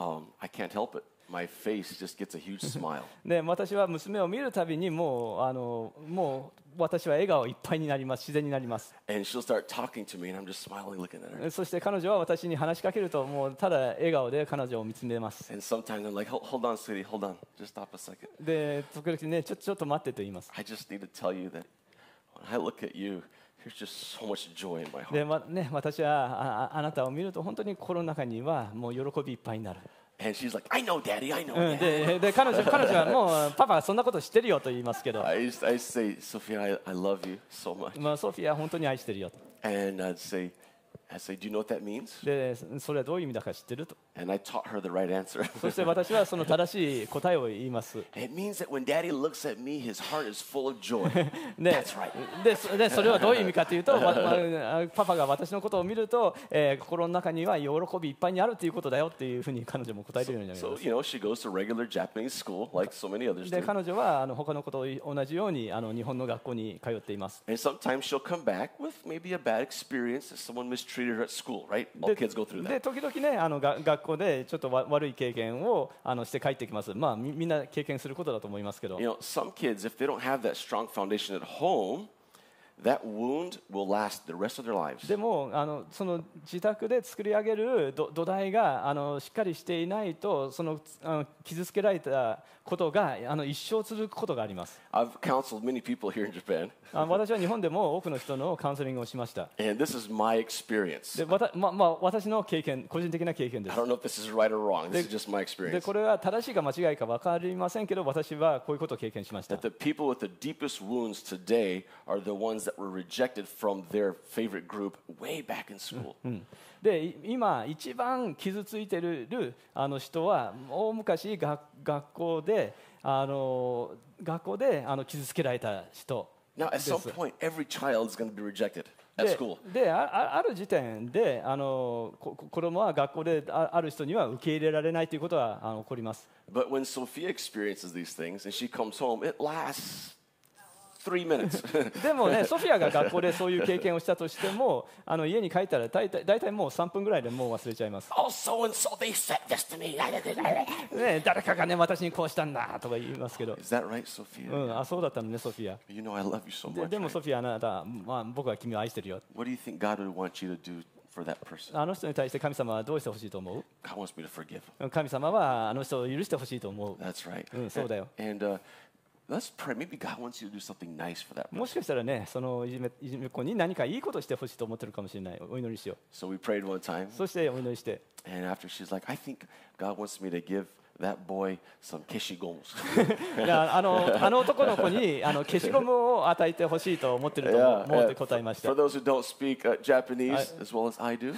[SPEAKER 1] um, I can't help it. My face just gets a huge smile.
[SPEAKER 2] で私は娘を見るたびにもうあのもう私は笑顔いっぱいになります自然になります
[SPEAKER 1] And she'll start talking to me, and I'm just smiling, looking at her.
[SPEAKER 2] そして彼女は私に話しかけるともうただ笑顔で彼女を見つめます
[SPEAKER 1] And sometimes I'm like, hold, hold on, sweetie, hold on. Just stop a second.
[SPEAKER 2] で時々ねちょちょっと待ってと言います
[SPEAKER 1] I just need to tell you that when I look at you, there's just so much joy in my heart.
[SPEAKER 2] で、まね、私はあああなたを見ると本当に心の中にはもう喜びいっぱいになる、
[SPEAKER 1] And she's like, I know, daddy, I know.
[SPEAKER 2] う
[SPEAKER 1] Dad."
[SPEAKER 2] んでで彼女彼女はもうパパはそんなこと知ってるよと言いますけど、
[SPEAKER 1] I, used, I used to say, Sophia, I, I love you so much.
[SPEAKER 2] まあ、ソフィアは本当に愛してるよ
[SPEAKER 1] And I'd say, I'd say, do you know what that means?
[SPEAKER 2] でそれはどういう意味だか知ってると
[SPEAKER 1] And I taught her the right answer. <laughs>
[SPEAKER 2] そして私はその正しい答えを言います
[SPEAKER 1] it means that when daddy looks at me, his heart is full of joy.
[SPEAKER 2] で
[SPEAKER 1] That's right.
[SPEAKER 2] でそでそれはどういう意味かというと、
[SPEAKER 1] <laughs>
[SPEAKER 2] わわパパが私のことを見ると、えー心の中には喜びいっぱいにあるということだよっていうふうに彼女も答えているようになりま
[SPEAKER 1] So,
[SPEAKER 2] す。
[SPEAKER 1] you know, she goes to regular Japanese school like so many others
[SPEAKER 2] で
[SPEAKER 1] do.
[SPEAKER 2] 彼女はあの他の子と同じようにあの日本の学校に通っています。
[SPEAKER 1] And sometimes she'll come back with maybe a bad experience that someone mistreated her at school, right? All
[SPEAKER 2] で
[SPEAKER 1] kids go through that.
[SPEAKER 2] で時々ねあのが学校でちょっとわ悪い経験をあのして帰ってきます、まあ、みみんな経験することだと思いますけど
[SPEAKER 1] You know, some kids, if they don't have that strong foundation at home, that wound will last the rest of their lives.
[SPEAKER 2] でもあのその自宅で作り上げる土土台があのしっかりしていないとそのあの傷つけられたことがあの一生続くことがあります
[SPEAKER 1] I've counseled many people here in Japan,
[SPEAKER 2] あの私は日本でも多くの人のカウンセリングをしました
[SPEAKER 1] and this is my experience.
[SPEAKER 2] でわた、ままあ、私の経験個人的な経験で
[SPEAKER 1] I
[SPEAKER 2] す
[SPEAKER 1] don't know if this is right or wrong. This is
[SPEAKER 2] De-
[SPEAKER 1] just my
[SPEAKER 2] で
[SPEAKER 1] experience.
[SPEAKER 2] これは正しいか間違いか分かりませんけど私はこういうことを経験しました
[SPEAKER 1] That the people with the deepest wounds today are the ones that were rejected from their favorite group way back in school.
[SPEAKER 2] でい今一番傷ついてるあの人は大昔が学校であの学校であの傷つけられた人
[SPEAKER 1] Now, at some
[SPEAKER 2] This-
[SPEAKER 1] point, every child is going to be rejected at
[SPEAKER 2] で
[SPEAKER 1] school.
[SPEAKER 2] でああある時点であのここ子供は学校であある人には受け入れられないということはあの起こります
[SPEAKER 1] But when Sophia experiences these things and she comes home, it lasts three minutes.
[SPEAKER 2] でも
[SPEAKER 1] <laughs>
[SPEAKER 2] ねソフィアが学校でそういう経験をしたとしてもあの家に帰ったら大体大体もう3分ぐらいでもう忘れちゃいます、
[SPEAKER 1] oh, so and so, they said this to me.
[SPEAKER 2] ね、誰かがね私にこうしたんだとか言いますけど、
[SPEAKER 1] Is that right, Sophia?
[SPEAKER 2] うん、あそうだったのねソフィア
[SPEAKER 1] You know, I love you so
[SPEAKER 2] で
[SPEAKER 1] much.
[SPEAKER 2] でも
[SPEAKER 1] right?
[SPEAKER 2] ソフィアあなた、まあ、僕は君を愛してるよ
[SPEAKER 1] What do you think God would want you to do for that person?
[SPEAKER 2] あの人に対して神様はどうしてほしいと思
[SPEAKER 1] God wants me to forgive him.
[SPEAKER 2] う神様はあの人を許してほしいと思
[SPEAKER 1] That's right.
[SPEAKER 2] Mm, so there.
[SPEAKER 1] And uh, let's pray. Maybe God wants you to do something nice for that
[SPEAKER 2] うも
[SPEAKER 1] person.
[SPEAKER 2] しかしたらねそのいじめいじめっ子に何かいいことしてほしいと思ってるかもしれないお祈りしよ
[SPEAKER 1] So we prayed one time,
[SPEAKER 2] うそしてお祈りして
[SPEAKER 1] and after she's like, I think God wants me to give that boy some <laughs> kishigons.
[SPEAKER 2] いやあのあの男の子にあの消しゴムを与えてほしいと思ってると思う思うって答えました
[SPEAKER 1] For those who don't speak uh, Japanese as well as <laughs> I do,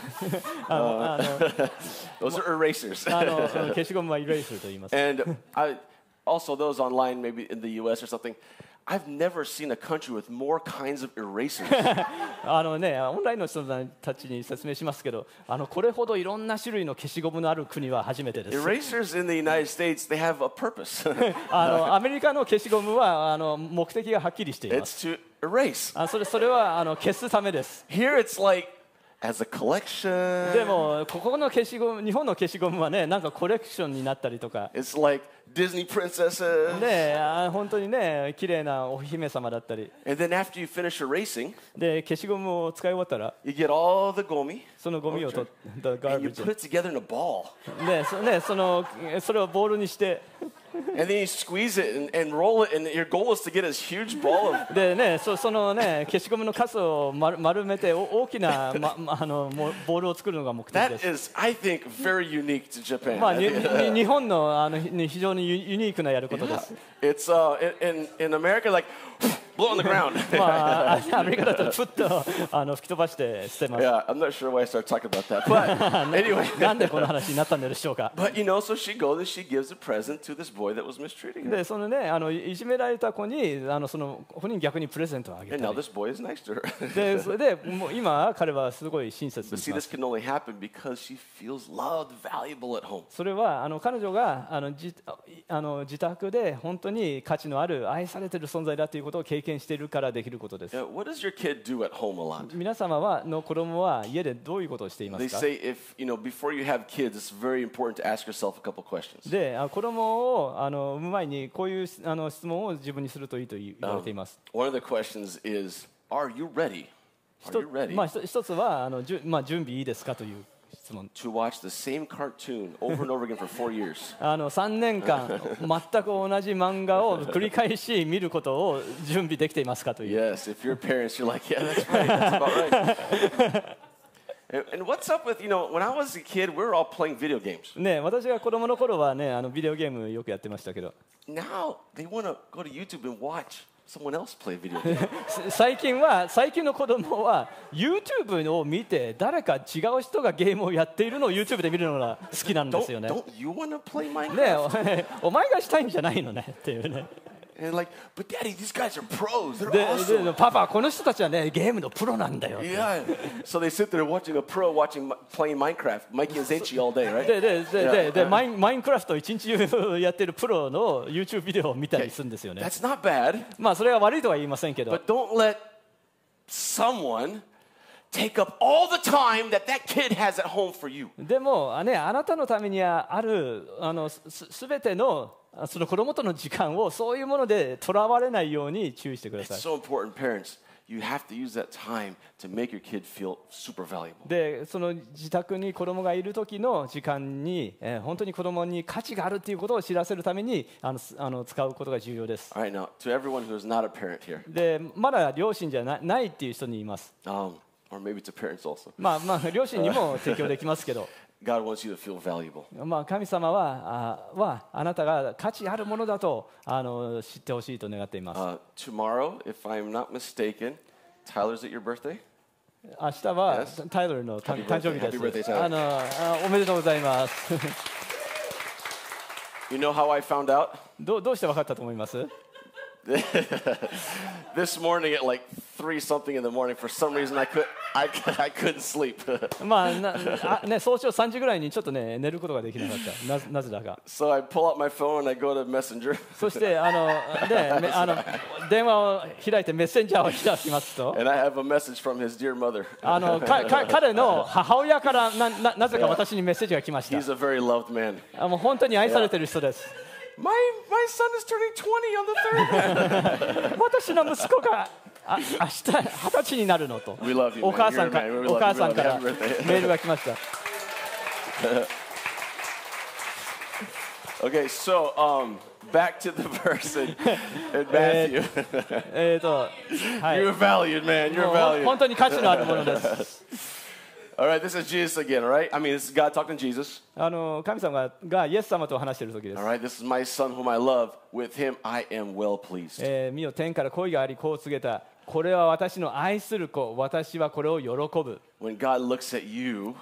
[SPEAKER 1] Uh, <laughs> those are <laughs> erasers.
[SPEAKER 2] あのうん消しゴムはイレイスと言います
[SPEAKER 1] and I, also those online, maybe in the U.S. or something. I've never seen a country with more kinds of erasers.
[SPEAKER 2] あのねオンラインの人たちに説明しますけどあのこれほどいろんな種類の消しゴムのある国は初めてです
[SPEAKER 1] erasers in the United States, they have a purpose.
[SPEAKER 2] あのアメリカの消しゴムはあの目的がはっきりしています。
[SPEAKER 1] it's to erase.
[SPEAKER 2] あそれそれはあの消すためです。
[SPEAKER 1] Here it's like as a collection.
[SPEAKER 2] でもここの消しゴム日本の消しゴムはねなんかコレクションになったりとか。
[SPEAKER 1] It's like Disney princesses.
[SPEAKER 2] ねあ本当にね綺麗なお姫様だったり
[SPEAKER 1] And then after you finish erasing,
[SPEAKER 2] で消しゴムを使い終わったら
[SPEAKER 1] you get all the gomi
[SPEAKER 2] そのゴミを取ったガー
[SPEAKER 1] and
[SPEAKER 2] ベ
[SPEAKER 1] you
[SPEAKER 2] ージ
[SPEAKER 1] put it together in a ball.
[SPEAKER 2] でそ,、ね、そのえそれをボールにして
[SPEAKER 1] And then you squeeze it and, and roll it, and your goal is to get this huge ball
[SPEAKER 2] <laughs>
[SPEAKER 1] of.
[SPEAKER 2] でねそそのね消しゴムの数を丸丸めてお大きな、ま、まあのもボールを作るのが目的です
[SPEAKER 1] That。is, I think, very unique to Japan.
[SPEAKER 2] まあ、
[SPEAKER 1] I
[SPEAKER 2] に
[SPEAKER 1] think-
[SPEAKER 2] に日本のあのひ非常にユユニークなやることで
[SPEAKER 1] Yeah.
[SPEAKER 2] す。
[SPEAKER 1] It's uh, in, in, in America, like, <sighs> blow on the ground.
[SPEAKER 2] まあ、あアメリカだったらプッとあの吹き飛ばして捨てま
[SPEAKER 1] <laughs>
[SPEAKER 2] す。
[SPEAKER 1] yeah, I'm not sure why I started talking about that. <laughs> But anyway.
[SPEAKER 2] なんでこの話になったんでしょうか。
[SPEAKER 1] But you know, so she goes and she gives a present to this boy that was mistreating her.
[SPEAKER 2] で、そのね、あのいいじめられた子に、あのその子に逆にプレゼントをあげ
[SPEAKER 1] And
[SPEAKER 2] た
[SPEAKER 1] now
[SPEAKER 2] り。
[SPEAKER 1] this boy is nice to her. <laughs>
[SPEAKER 2] で、それで、もう今、彼はすごい親切
[SPEAKER 1] But
[SPEAKER 2] に
[SPEAKER 1] see,
[SPEAKER 2] しま
[SPEAKER 1] this
[SPEAKER 2] す。
[SPEAKER 1] can only happen because she feels loved, valuable at home.
[SPEAKER 2] それはあの彼女があのじあの自宅で本当に価値のある愛されている存在だということを経験しているからできることです
[SPEAKER 1] Now, what does your kid do at home a lot?
[SPEAKER 2] 皆様はの子供は家でどういうことをしていま
[SPEAKER 1] They
[SPEAKER 2] すか
[SPEAKER 1] say if you know before you have kids, it's very important to ask yourself a couple questions.
[SPEAKER 2] であ子供をあの産む前にこういうあの質問を自分にするといいと言われています
[SPEAKER 1] Um, One of the questions is, "Are you ready?
[SPEAKER 2] ひ
[SPEAKER 1] Are
[SPEAKER 2] と
[SPEAKER 1] you ready
[SPEAKER 2] まあ、ひと一つはあのじゅ、まあ、準備いいですかという質問
[SPEAKER 1] to watch the same cartoon over and over again for four years?"
[SPEAKER 2] あの3年間全く同じ漫画を繰り返し見ることを準備できていますかと
[SPEAKER 1] <laughs>
[SPEAKER 2] いう
[SPEAKER 1] Yes, if you're parents, you're like, "Yeah, that's right. That's about right." <laughs> And, and what's up with you know? When I was a kid, we were all playing video games.
[SPEAKER 2] ね私が子供の頃はねあのビデオゲームよくやってましたけど
[SPEAKER 1] Now they want to go to YouTube and watch someone else play video <laughs> games.
[SPEAKER 2] す最近は最近の子供は YouTube を見て誰か違う人がゲームをやっているのを YouTube で見るのが好きなんで
[SPEAKER 1] don't,
[SPEAKER 2] すよね。ね
[SPEAKER 1] don't you want to <laughs> play Minecraft?
[SPEAKER 2] お <laughs> お前がしたいんじゃないのねっていうね
[SPEAKER 1] And like, but daddy, these guys are pros. <laughs> They're
[SPEAKER 2] で
[SPEAKER 1] awesome.
[SPEAKER 2] でパパこの人たちはねゲームのプロなんだよ
[SPEAKER 1] Yeah. so they sit there watching a pro watching Mi- playing Minecraft, Mikey and Zenchi all day, right?
[SPEAKER 2] ででで
[SPEAKER 1] Yeah.
[SPEAKER 2] ででマインマインクラフトを一日中やってるプロの YouTube ビデオを見たりするんですよね
[SPEAKER 1] That's not bad,
[SPEAKER 2] まあそれは悪いとは言いませんけど
[SPEAKER 1] but don't let someone take up all the time that that kid has at home for you.
[SPEAKER 2] でもあねあなたのためにはあるあのすすべてのあその子供との時間をそういうものでとらわれないように注意してください
[SPEAKER 1] It's so important, parents. You have to use that time to make your kid feel super valuable.
[SPEAKER 2] でその自宅に子供がいる時の時間に、えー本当に子供に価値があるっていうことを知らせるためにあのすあの使うことが重要です
[SPEAKER 1] All right, now to everyone who is not a parent here,
[SPEAKER 2] でまだ両親じゃなないっていう人に言います
[SPEAKER 1] um, or maybe to parents also,
[SPEAKER 2] まあまあ両親にも提供できますけど <laughs>
[SPEAKER 1] God wants you to feel valuable.
[SPEAKER 2] まあ神様はあはあなたが価値あるものだとあの知ってほしいと願っています
[SPEAKER 1] Uh, tomorrow, if I'm not mistaken, Tyler's at your birthday.
[SPEAKER 2] 明日は
[SPEAKER 1] Yes.
[SPEAKER 2] タイトルの誕
[SPEAKER 1] Happy
[SPEAKER 2] 誕生
[SPEAKER 1] birthday.
[SPEAKER 2] 日で
[SPEAKER 1] Happy birthday,
[SPEAKER 2] す。
[SPEAKER 1] Tyler.
[SPEAKER 2] あのあおめでとうございます。 <laughs>
[SPEAKER 1] You know how I found out?
[SPEAKER 2] どうどうして分かったと思います？
[SPEAKER 1] This morning at like three something in the morning, for some reason I could I, I couldn't sleep. <laughs>
[SPEAKER 2] まあなあね早朝3時ぐらいにちょっとね寝ることができなかった。ななぜだ
[SPEAKER 1] <laughs>
[SPEAKER 2] か。
[SPEAKER 1] so I pull out my phone and I go to Messenger. <laughs>
[SPEAKER 2] そしてあのねめあの電話を開いてメッセンジャーを開きますと。
[SPEAKER 1] And I have a message from his dear mother.
[SPEAKER 2] あのかか彼の母親からなななぜか私にメッセージが来まし
[SPEAKER 1] <laughs>
[SPEAKER 2] た
[SPEAKER 1] He's a very loved man.。
[SPEAKER 2] あもう本当に愛されてる人です。
[SPEAKER 1] My my son is turning 20 on the 3rd. <laughs>
[SPEAKER 2] 私の息子があ明日二十歳になるのと
[SPEAKER 1] We love you, man.
[SPEAKER 2] お母さんか
[SPEAKER 1] You're a man. We love you.
[SPEAKER 2] お母さんから
[SPEAKER 1] We love
[SPEAKER 2] メ
[SPEAKER 1] you. Happy birthday. <laughs>
[SPEAKER 2] ールが来ました
[SPEAKER 1] okay, so um back to the <laughs> verse in, in Matthew.
[SPEAKER 2] えっ、ー、とはい
[SPEAKER 1] You're valued, man. You're
[SPEAKER 2] もう
[SPEAKER 1] valued.
[SPEAKER 2] 本当に価値のあるものです
[SPEAKER 1] All right, this is Jesus again, all right? I mean, this is God talking to Jesus.
[SPEAKER 2] あの神様ががイエス様と話している時です
[SPEAKER 1] All right, this is my son whom I love. With him I am well pleased.
[SPEAKER 2] えー見よ天から恋がありこう告げたこれは私の愛する子私はこれを喜ぶ
[SPEAKER 1] When God looks at you,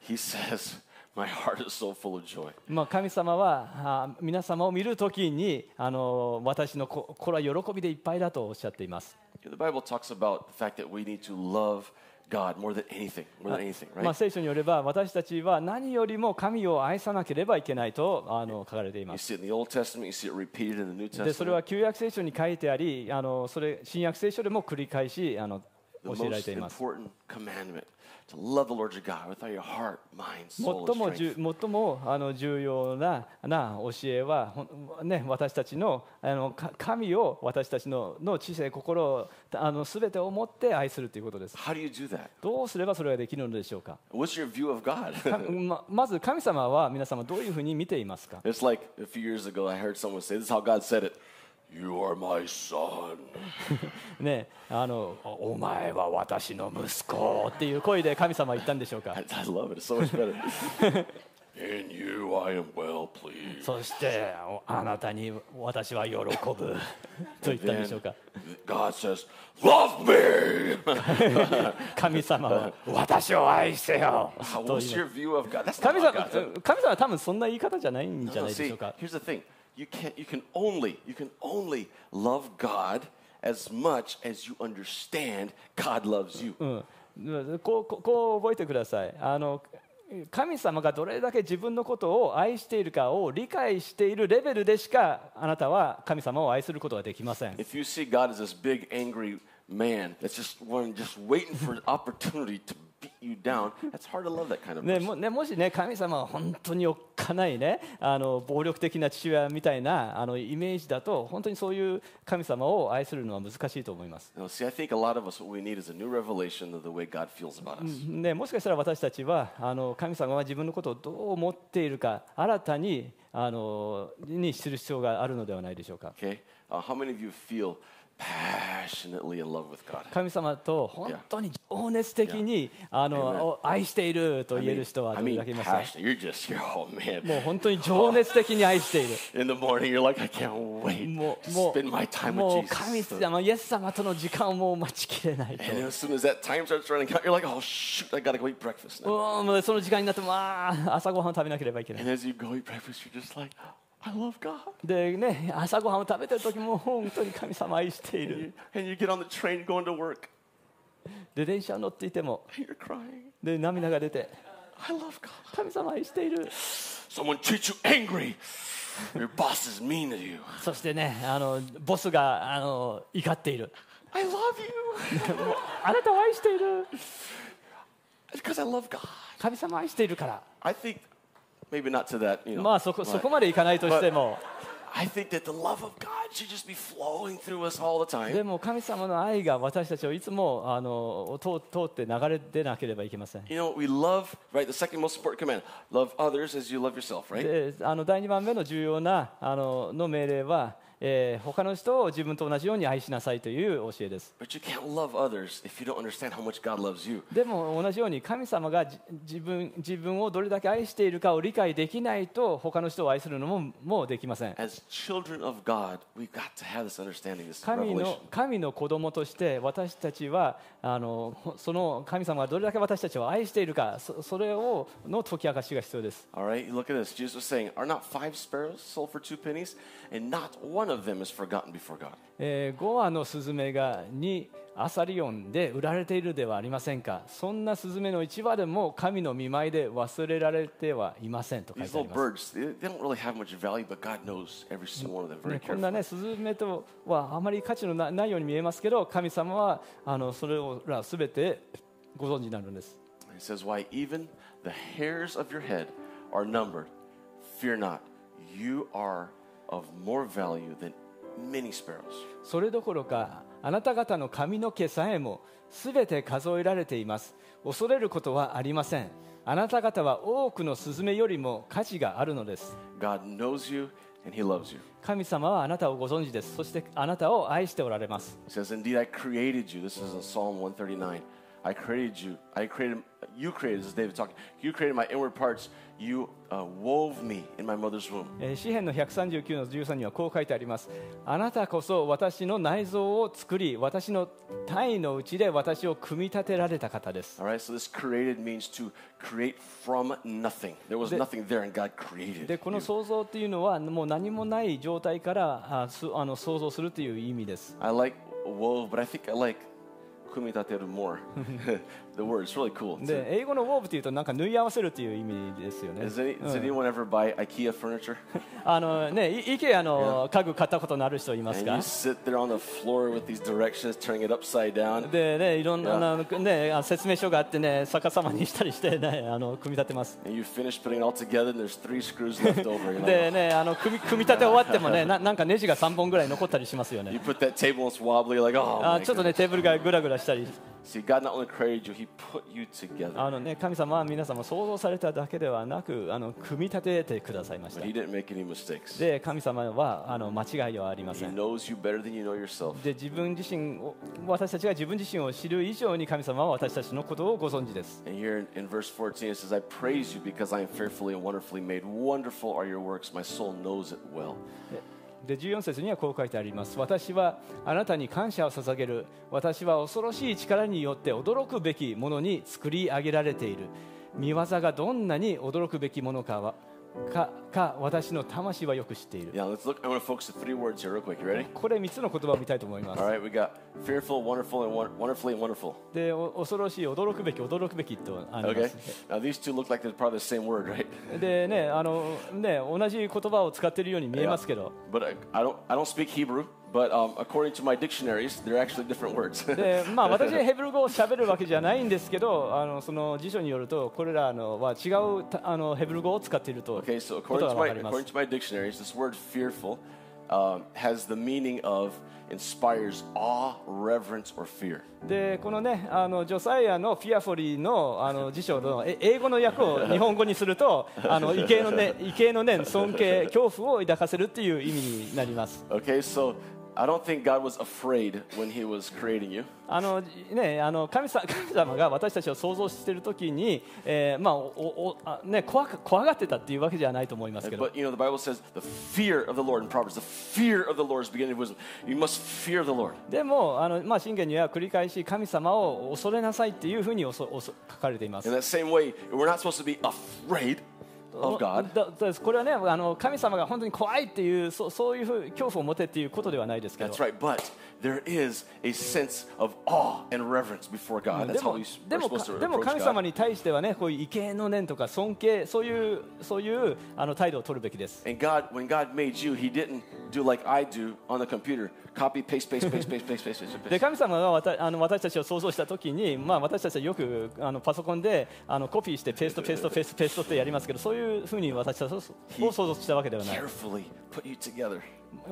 [SPEAKER 1] he <laughs> says, My heart is so full of joy.
[SPEAKER 2] まあ神様はあ皆様を見る時にあの私の子これは喜びでいっぱいだとおっしゃっています
[SPEAKER 1] You know, The Bible talks about the fact that we need to love God more than anything, more than anything,
[SPEAKER 2] まあ、
[SPEAKER 1] right?
[SPEAKER 2] 聖書によれば私たちは何よりも神を愛さなければいけないとあの書かれていま
[SPEAKER 1] You
[SPEAKER 2] す。
[SPEAKER 1] see it in the Old Testament, you see it repeated in the New
[SPEAKER 2] でそれは
[SPEAKER 1] Testament.
[SPEAKER 2] 旧約聖書に書いてありあのそれ新約聖書でも繰り返しあの
[SPEAKER 1] The
[SPEAKER 2] 教えられ
[SPEAKER 1] most
[SPEAKER 2] ています。
[SPEAKER 1] important commandment to love the Lord your God with all your heart, mind,
[SPEAKER 2] 最
[SPEAKER 1] soul,
[SPEAKER 2] も
[SPEAKER 1] and
[SPEAKER 2] じゅ
[SPEAKER 1] strength.
[SPEAKER 2] 最もあの重要なな教えは、ほんね、私たちのあのか神を私たちのの知性、心をあの全てを持って愛するということです。
[SPEAKER 1] How do you do that?
[SPEAKER 2] どうすればそれができるのでしょうか
[SPEAKER 1] What's your view of God?
[SPEAKER 2] <laughs>
[SPEAKER 1] <laughs>
[SPEAKER 2] かままず神様は皆様どういうふうに見ていますか
[SPEAKER 1] it's like a few years ago, I heard someone say, This is how God said it. You are my son. <laughs>
[SPEAKER 2] ねあのおお前は私の息子っていう声で神様は言ったんでしょうか
[SPEAKER 1] I, I love it. It's so much better. In you I am well pleased.
[SPEAKER 2] そしておあなたに私は喜ぶと言ったんでしょうか
[SPEAKER 1] God says, Love me!
[SPEAKER 2] <laughs> 神様は私を愛せよ
[SPEAKER 1] Uh,
[SPEAKER 2] と
[SPEAKER 1] What's
[SPEAKER 2] 言
[SPEAKER 1] your
[SPEAKER 2] う
[SPEAKER 1] view of God? That's not
[SPEAKER 2] 神
[SPEAKER 1] how
[SPEAKER 2] 様
[SPEAKER 1] God.
[SPEAKER 2] 神様は多分そんな言い方じゃないんじゃ
[SPEAKER 1] No,
[SPEAKER 2] ないでし
[SPEAKER 1] see,
[SPEAKER 2] ょうか
[SPEAKER 1] here's the thing. You can you can only you can only love God as much as you understand God loves you.
[SPEAKER 2] うん、こうこうこう覚えてくださいあの神様がどれだけ自分のことを愛しているかを理解しているレベルでしかあなたは神様を愛することができません
[SPEAKER 1] If you see God as this big angry man that's just one just waiting for an opportunity to beat you down, that's hard to love that kind of
[SPEAKER 2] ね
[SPEAKER 1] person.
[SPEAKER 2] もね、もしね神様は本当におっかないねあの暴力的な父親みたいなあのイメージだと本当にそういう神様を愛するのは難しいと思います、
[SPEAKER 1] No, see, I think a lot of us what we need is a new revelation of the way God feels about us.
[SPEAKER 2] ね、もしかしたら私たちはあの神様は自分のことをどう思っているか新たにあのに知る必要があるのではないでしょうか
[SPEAKER 1] Okay, uh, how many of you feel passionately in love with God?
[SPEAKER 2] 神様と本当に情熱的にあのお愛していると
[SPEAKER 1] I
[SPEAKER 2] 言え
[SPEAKER 1] mean,
[SPEAKER 2] る人は
[SPEAKER 1] I
[SPEAKER 2] どれ
[SPEAKER 1] mean
[SPEAKER 2] だけいますか
[SPEAKER 1] passionate. You're just, <laughs> you're, oh man.
[SPEAKER 2] もう本当に情熱的に愛している
[SPEAKER 1] In the morning, you're like, I can't wait
[SPEAKER 2] も
[SPEAKER 1] to
[SPEAKER 2] うも
[SPEAKER 1] spend my
[SPEAKER 2] う
[SPEAKER 1] time
[SPEAKER 2] もう
[SPEAKER 1] with
[SPEAKER 2] 神
[SPEAKER 1] Jesus.
[SPEAKER 2] 様、イエス様との時間をもう待ちきれないと。
[SPEAKER 1] And as soon as that time starts running out, you're like, oh shoot, I gotta go eat breakfast
[SPEAKER 2] う
[SPEAKER 1] now.
[SPEAKER 2] んもうその時間になってもあー朝ごはんを食べなければいけない
[SPEAKER 1] And。as you go eat breakfast, you're just like, I love God.
[SPEAKER 2] でね、朝ごはんを食べてる時も本当に神様愛してい
[SPEAKER 1] And
[SPEAKER 2] る。
[SPEAKER 1] you, and you get on the train going to work,
[SPEAKER 2] で、電車に乗っていても、
[SPEAKER 1] and you're crying.
[SPEAKER 2] で、涙が出て、
[SPEAKER 1] I love God.
[SPEAKER 2] 神様愛している。
[SPEAKER 1] Someone treats you angry. Your boss is mean to you.
[SPEAKER 2] そしてね、あのボスがあの怒っている。
[SPEAKER 1] I love you <laughs>
[SPEAKER 2] あなたを愛している。
[SPEAKER 1] because I love God.
[SPEAKER 2] 神様愛しているから。
[SPEAKER 1] I think maybe not to that, you know.
[SPEAKER 2] まあそこ
[SPEAKER 1] but
[SPEAKER 2] そこまでいかないとしても、
[SPEAKER 1] I think that the love of God should just be flowing through us all the
[SPEAKER 2] で
[SPEAKER 1] time.
[SPEAKER 2] も神様の愛が私たちをいつもあの通通って流れ出なければいけません。
[SPEAKER 1] You know, we love, right? The second most important command love others as you love yourself, right?
[SPEAKER 2] であの第2番目の重要なあのの命令は、えー他の人を自分と同じように愛しなさいという教えです。
[SPEAKER 1] But you can't love others if you don't understand how much God loves you.
[SPEAKER 2] でも同じように神様がじ自分自分をどれだけ愛しているかを理解できないと他の人を愛するのももうできません。
[SPEAKER 1] As children of God, we've got to have this understanding, this
[SPEAKER 2] 神
[SPEAKER 1] revelation.
[SPEAKER 2] の神の子供として私たちはあのほその神様がどれだけ私たちを愛しているかそそれをの解き明かしが必要です。
[SPEAKER 1] All right, look at this. Jesus was saying, Are not five sparrows sold for two pennies? And not one of them is forgotten before God.
[SPEAKER 2] えー5羽のスズメが2アサリオンで売られているではありませんかそんなスズメの1羽でも神の見舞いで忘れられてはいませんと書い
[SPEAKER 1] These
[SPEAKER 2] てあ
[SPEAKER 1] little
[SPEAKER 2] ります、
[SPEAKER 1] birds, they, they don't really have much value, but God knows every single one of them
[SPEAKER 2] ね
[SPEAKER 1] very
[SPEAKER 2] こんな
[SPEAKER 1] carefully.
[SPEAKER 2] ねスズメとはあまり価値のなないように見えますけど神様はあのそれらすべてご存知になるんです
[SPEAKER 1] He says, Why even the hairs of your head are numbered. Fear not, you are of more value than many sparrows.
[SPEAKER 2] それどころかあなた方の髪の毛さえもすべて数えられています恐れることはありませんあなた方は多くのスズメよりも価値があるのです
[SPEAKER 1] God knows you and He loves you.
[SPEAKER 2] 神様はあなたをご存知ですそしてあなたを愛しておられます
[SPEAKER 1] He says, Indeed, I created you. This is in Psalm 139. I created you. I created, you created, this is David talking. You created my inward parts. You uh, wove me in my mother's womb.
[SPEAKER 2] えー詩篇の139の13にはこう書いてありますあなたこそ私の内臓を作り私の体のうちで私を組み立てられた方です
[SPEAKER 1] All right, so this created means to create from nothing. There was nothing there, and God created.
[SPEAKER 2] でこの
[SPEAKER 1] you.
[SPEAKER 2] 創造っていうのはもう何もない状態からあすあの想像するという意味です
[SPEAKER 1] I like wove, but I think I like kumitateru more. <laughs> the word is really cool.
[SPEAKER 2] で英語のウォーブっていうとなんか縫い合わせるっていう意味ですよね
[SPEAKER 1] Does, any, does anyone ever buy IKEA furniture
[SPEAKER 2] あのねい IKEA の家具買ったことのある人います
[SPEAKER 1] and
[SPEAKER 2] か
[SPEAKER 1] you sit there on the floor with these directions, turning it upside down?
[SPEAKER 2] でね、いろんな、あのね、あの説明書があってね、逆さまにしたりしてね、あの組み立てます。
[SPEAKER 1] And you finish putting it all together, and there's three screws left over. You're like,
[SPEAKER 2] でね、あの組み組み立て終わってもね、ななんかネジが3本ぐらい残ったりしますよ
[SPEAKER 1] you
[SPEAKER 2] ね。Uh,
[SPEAKER 1] put that table, it's wobbly. You're like, oh,
[SPEAKER 2] あ
[SPEAKER 1] my
[SPEAKER 2] ちょっとね、テーブルがぐらぐらしたり
[SPEAKER 1] See, God not only created you, He put you together.
[SPEAKER 2] あのね、神様は皆様想像されただけではなくあの組み立ててくださいまし
[SPEAKER 1] But
[SPEAKER 2] た
[SPEAKER 1] He didn't make any mistakes.
[SPEAKER 2] で神様はあの間違いはありませ
[SPEAKER 1] He
[SPEAKER 2] ん
[SPEAKER 1] knows you better than you know yourself.
[SPEAKER 2] で自分自身を私たちが自分自身を知る以上に神様は私たちのことをご存知です
[SPEAKER 1] And here in, in verse 14, it says, I praise you because I am fearfully and wonderfully made. Wonderful are your works. My soul knows it well.
[SPEAKER 2] で14節にはこう書いてあります私はあなたに感謝を捧げる私は恐ろしい力によって驚くべきものに作り上げられている見業がどんなに驚くべきものかはかか私の魂はよく知っている
[SPEAKER 1] Now let's look. I'm going to focus on three words here, real quick. You ready?
[SPEAKER 2] これ3つの言葉を見たいと思います
[SPEAKER 1] All right, we got fearful, wonderful, and won- wonderfully and wonderful.
[SPEAKER 2] でお恐ろしい驚くべき驚くべきとありま <laughs>
[SPEAKER 1] Okay.
[SPEAKER 2] す、
[SPEAKER 1] Now these two look like they're probably the same word, right? <laughs>
[SPEAKER 2] でねあのね同じ言葉を使っているように見えますけど、
[SPEAKER 1] But I, I don't. I don't speak Hebrew. But um, according to my dictionaries, they're actually different words. <laughs>
[SPEAKER 2] でまあ私ヘブル語を喋るわけじゃないんですけどあのその辞書によるとこれらのは違うたあのヘブル語を使っていると
[SPEAKER 1] okay. So
[SPEAKER 2] こと
[SPEAKER 1] according
[SPEAKER 2] が
[SPEAKER 1] to
[SPEAKER 2] わ
[SPEAKER 1] my
[SPEAKER 2] かりま
[SPEAKER 1] according
[SPEAKER 2] す
[SPEAKER 1] to my dictionaries, this word fearful um, has the meaning of inspires awe, reverence, or fear.
[SPEAKER 2] でこのねあのジョサイアのフィアフォリーのあの辞書のえ英語の訳を日本語にするとあの畏敬
[SPEAKER 1] <laughs>
[SPEAKER 2] のね畏敬の念尊敬恐怖を抱かせるっていう意味になります
[SPEAKER 1] Okay. So I don't think God was afraid when He was creating you.
[SPEAKER 2] あのね、あの神様神様が私たちを想像しているときに、えーまあおおあね、怖く怖がってたっていうわけじゃないと思いますけど
[SPEAKER 1] But you know, the Bible says the fear of the Lord in Proverbs, the fear of the Lord is the beginning of wisdom. You must fear the Lord.
[SPEAKER 2] でもあの、まあ、信玄には繰り返し神様を恐れなさいっていうふうにおそおそ書かれています
[SPEAKER 1] In that same way, we're not supposed to be afraid of God.
[SPEAKER 2] だだですこれはねあの神様が本当に怖いっていうそうそういうふう恐怖を持てっていうことではないですけど
[SPEAKER 1] That's right, but there is a sense of awe and reverence before God.
[SPEAKER 2] で
[SPEAKER 1] That's how
[SPEAKER 2] も
[SPEAKER 1] we-
[SPEAKER 2] で
[SPEAKER 1] we're
[SPEAKER 2] も
[SPEAKER 1] supposed to
[SPEAKER 2] かでも
[SPEAKER 1] approach
[SPEAKER 2] 神様
[SPEAKER 1] God.
[SPEAKER 2] に対してはねこういう畏敬の念とか尊敬そういうそういうあの態度を取るべきです
[SPEAKER 1] And God, when God made you, He didn't do like I do on the computer: copy, paste, paste, paste, paste, paste, paste, paste.
[SPEAKER 2] で
[SPEAKER 1] paste.
[SPEAKER 2] 神様がわたあの私たちを創造したときに、まあ、私たちはよくあのパソコンであのコピーしてペーストペーストペーストペーストってやりますけどそういうふうに私たちをを想像したわけではない
[SPEAKER 1] Carefully put you together,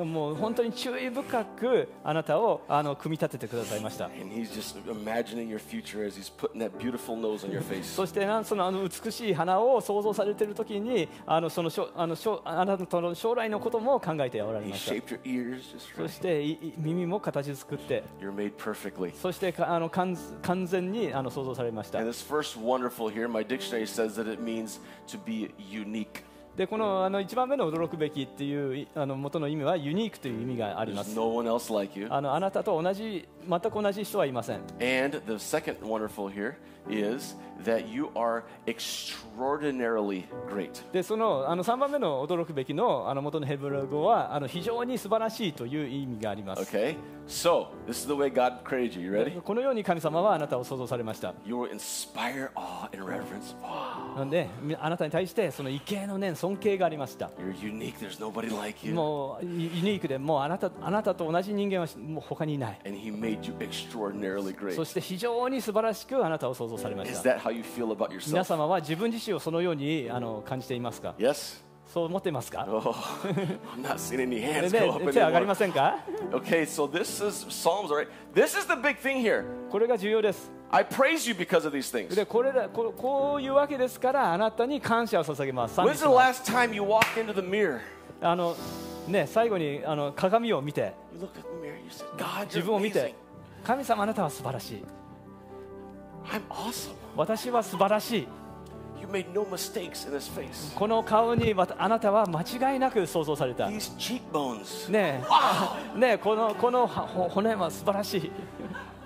[SPEAKER 2] もう本当に注意深くあなたをあの組み立ててくださいました
[SPEAKER 1] and He's just imagining your future as He's putting that beautiful nose on your face.
[SPEAKER 2] そしてなそのあの美しい花を想像されているときにあのそのしょあのしょあなたの将来のことも考えておられ
[SPEAKER 1] He
[SPEAKER 2] ました
[SPEAKER 1] shaped your ears just
[SPEAKER 2] そ
[SPEAKER 1] right.
[SPEAKER 2] していい耳も形作って
[SPEAKER 1] You're made perfectly.
[SPEAKER 2] そしてかあの完完全にあの想像されました
[SPEAKER 1] And this first wonderful here, my dictionary says that it means to be unique.
[SPEAKER 2] でこのあの1番目の驚くべきっていういあの元の意味はユニークという意味がありま
[SPEAKER 1] There's
[SPEAKER 2] す
[SPEAKER 1] no one else like you.
[SPEAKER 2] あのあなたと同じ全く同じ人はいません
[SPEAKER 1] And the second wonderful here is that you are extraordinarily great.
[SPEAKER 2] でそのあの3番目の驚くべきのあの元のヘブル語はあの非常に素晴らしいという意味があります、
[SPEAKER 1] Okay? So, this is the way God created you. You ready?
[SPEAKER 2] このように神様はあなたを創造されました
[SPEAKER 1] You will inspire awe and reverence. Wow.
[SPEAKER 2] なのでみあなたに対してその畏敬の念尊敬がありました
[SPEAKER 1] You're unique. There's nobody like you.
[SPEAKER 2] もうユユニークでもうあなたあなたと同じ人間はしもう他にいない
[SPEAKER 1] And He made you extraordinarily great.
[SPEAKER 2] そして非常に素晴らしくあなたを創造されま
[SPEAKER 1] Is
[SPEAKER 2] した
[SPEAKER 1] that how you feel about
[SPEAKER 2] 皆
[SPEAKER 1] yourself?
[SPEAKER 2] 様は自分自身をそのようにあの感じていますか
[SPEAKER 1] Yes?
[SPEAKER 2] そう思っていますか
[SPEAKER 1] Oh, <laughs> I'm not seeing any
[SPEAKER 2] で
[SPEAKER 1] hands
[SPEAKER 2] ね
[SPEAKER 1] go up
[SPEAKER 2] 手上がりま
[SPEAKER 1] anymore.
[SPEAKER 2] せんか
[SPEAKER 1] Okay, so this is Psalms, all right? This is the big thing here.
[SPEAKER 2] これが重要です。
[SPEAKER 1] I praise you because of these things.
[SPEAKER 2] でこれらここういうわけですからあなたに感謝を捧げます。賛美
[SPEAKER 1] When's
[SPEAKER 2] し
[SPEAKER 1] the
[SPEAKER 2] ます
[SPEAKER 1] last time you walked into the mirror?
[SPEAKER 2] あのね最後にあの鏡を見て
[SPEAKER 1] You looked at the mirror. You said, "God,
[SPEAKER 2] 自
[SPEAKER 1] you're
[SPEAKER 2] 分を見て
[SPEAKER 1] amazing.
[SPEAKER 2] 神様あなたは素晴らしい
[SPEAKER 1] I'm awesome.
[SPEAKER 2] 私は素晴らしい
[SPEAKER 1] You made no mistakes in this face.
[SPEAKER 2] この顔にわたあなたは間違いなく想像された。
[SPEAKER 1] These cheekbones.
[SPEAKER 2] ね
[SPEAKER 1] Wow.
[SPEAKER 2] ねこのこのはほ骨は素晴らしい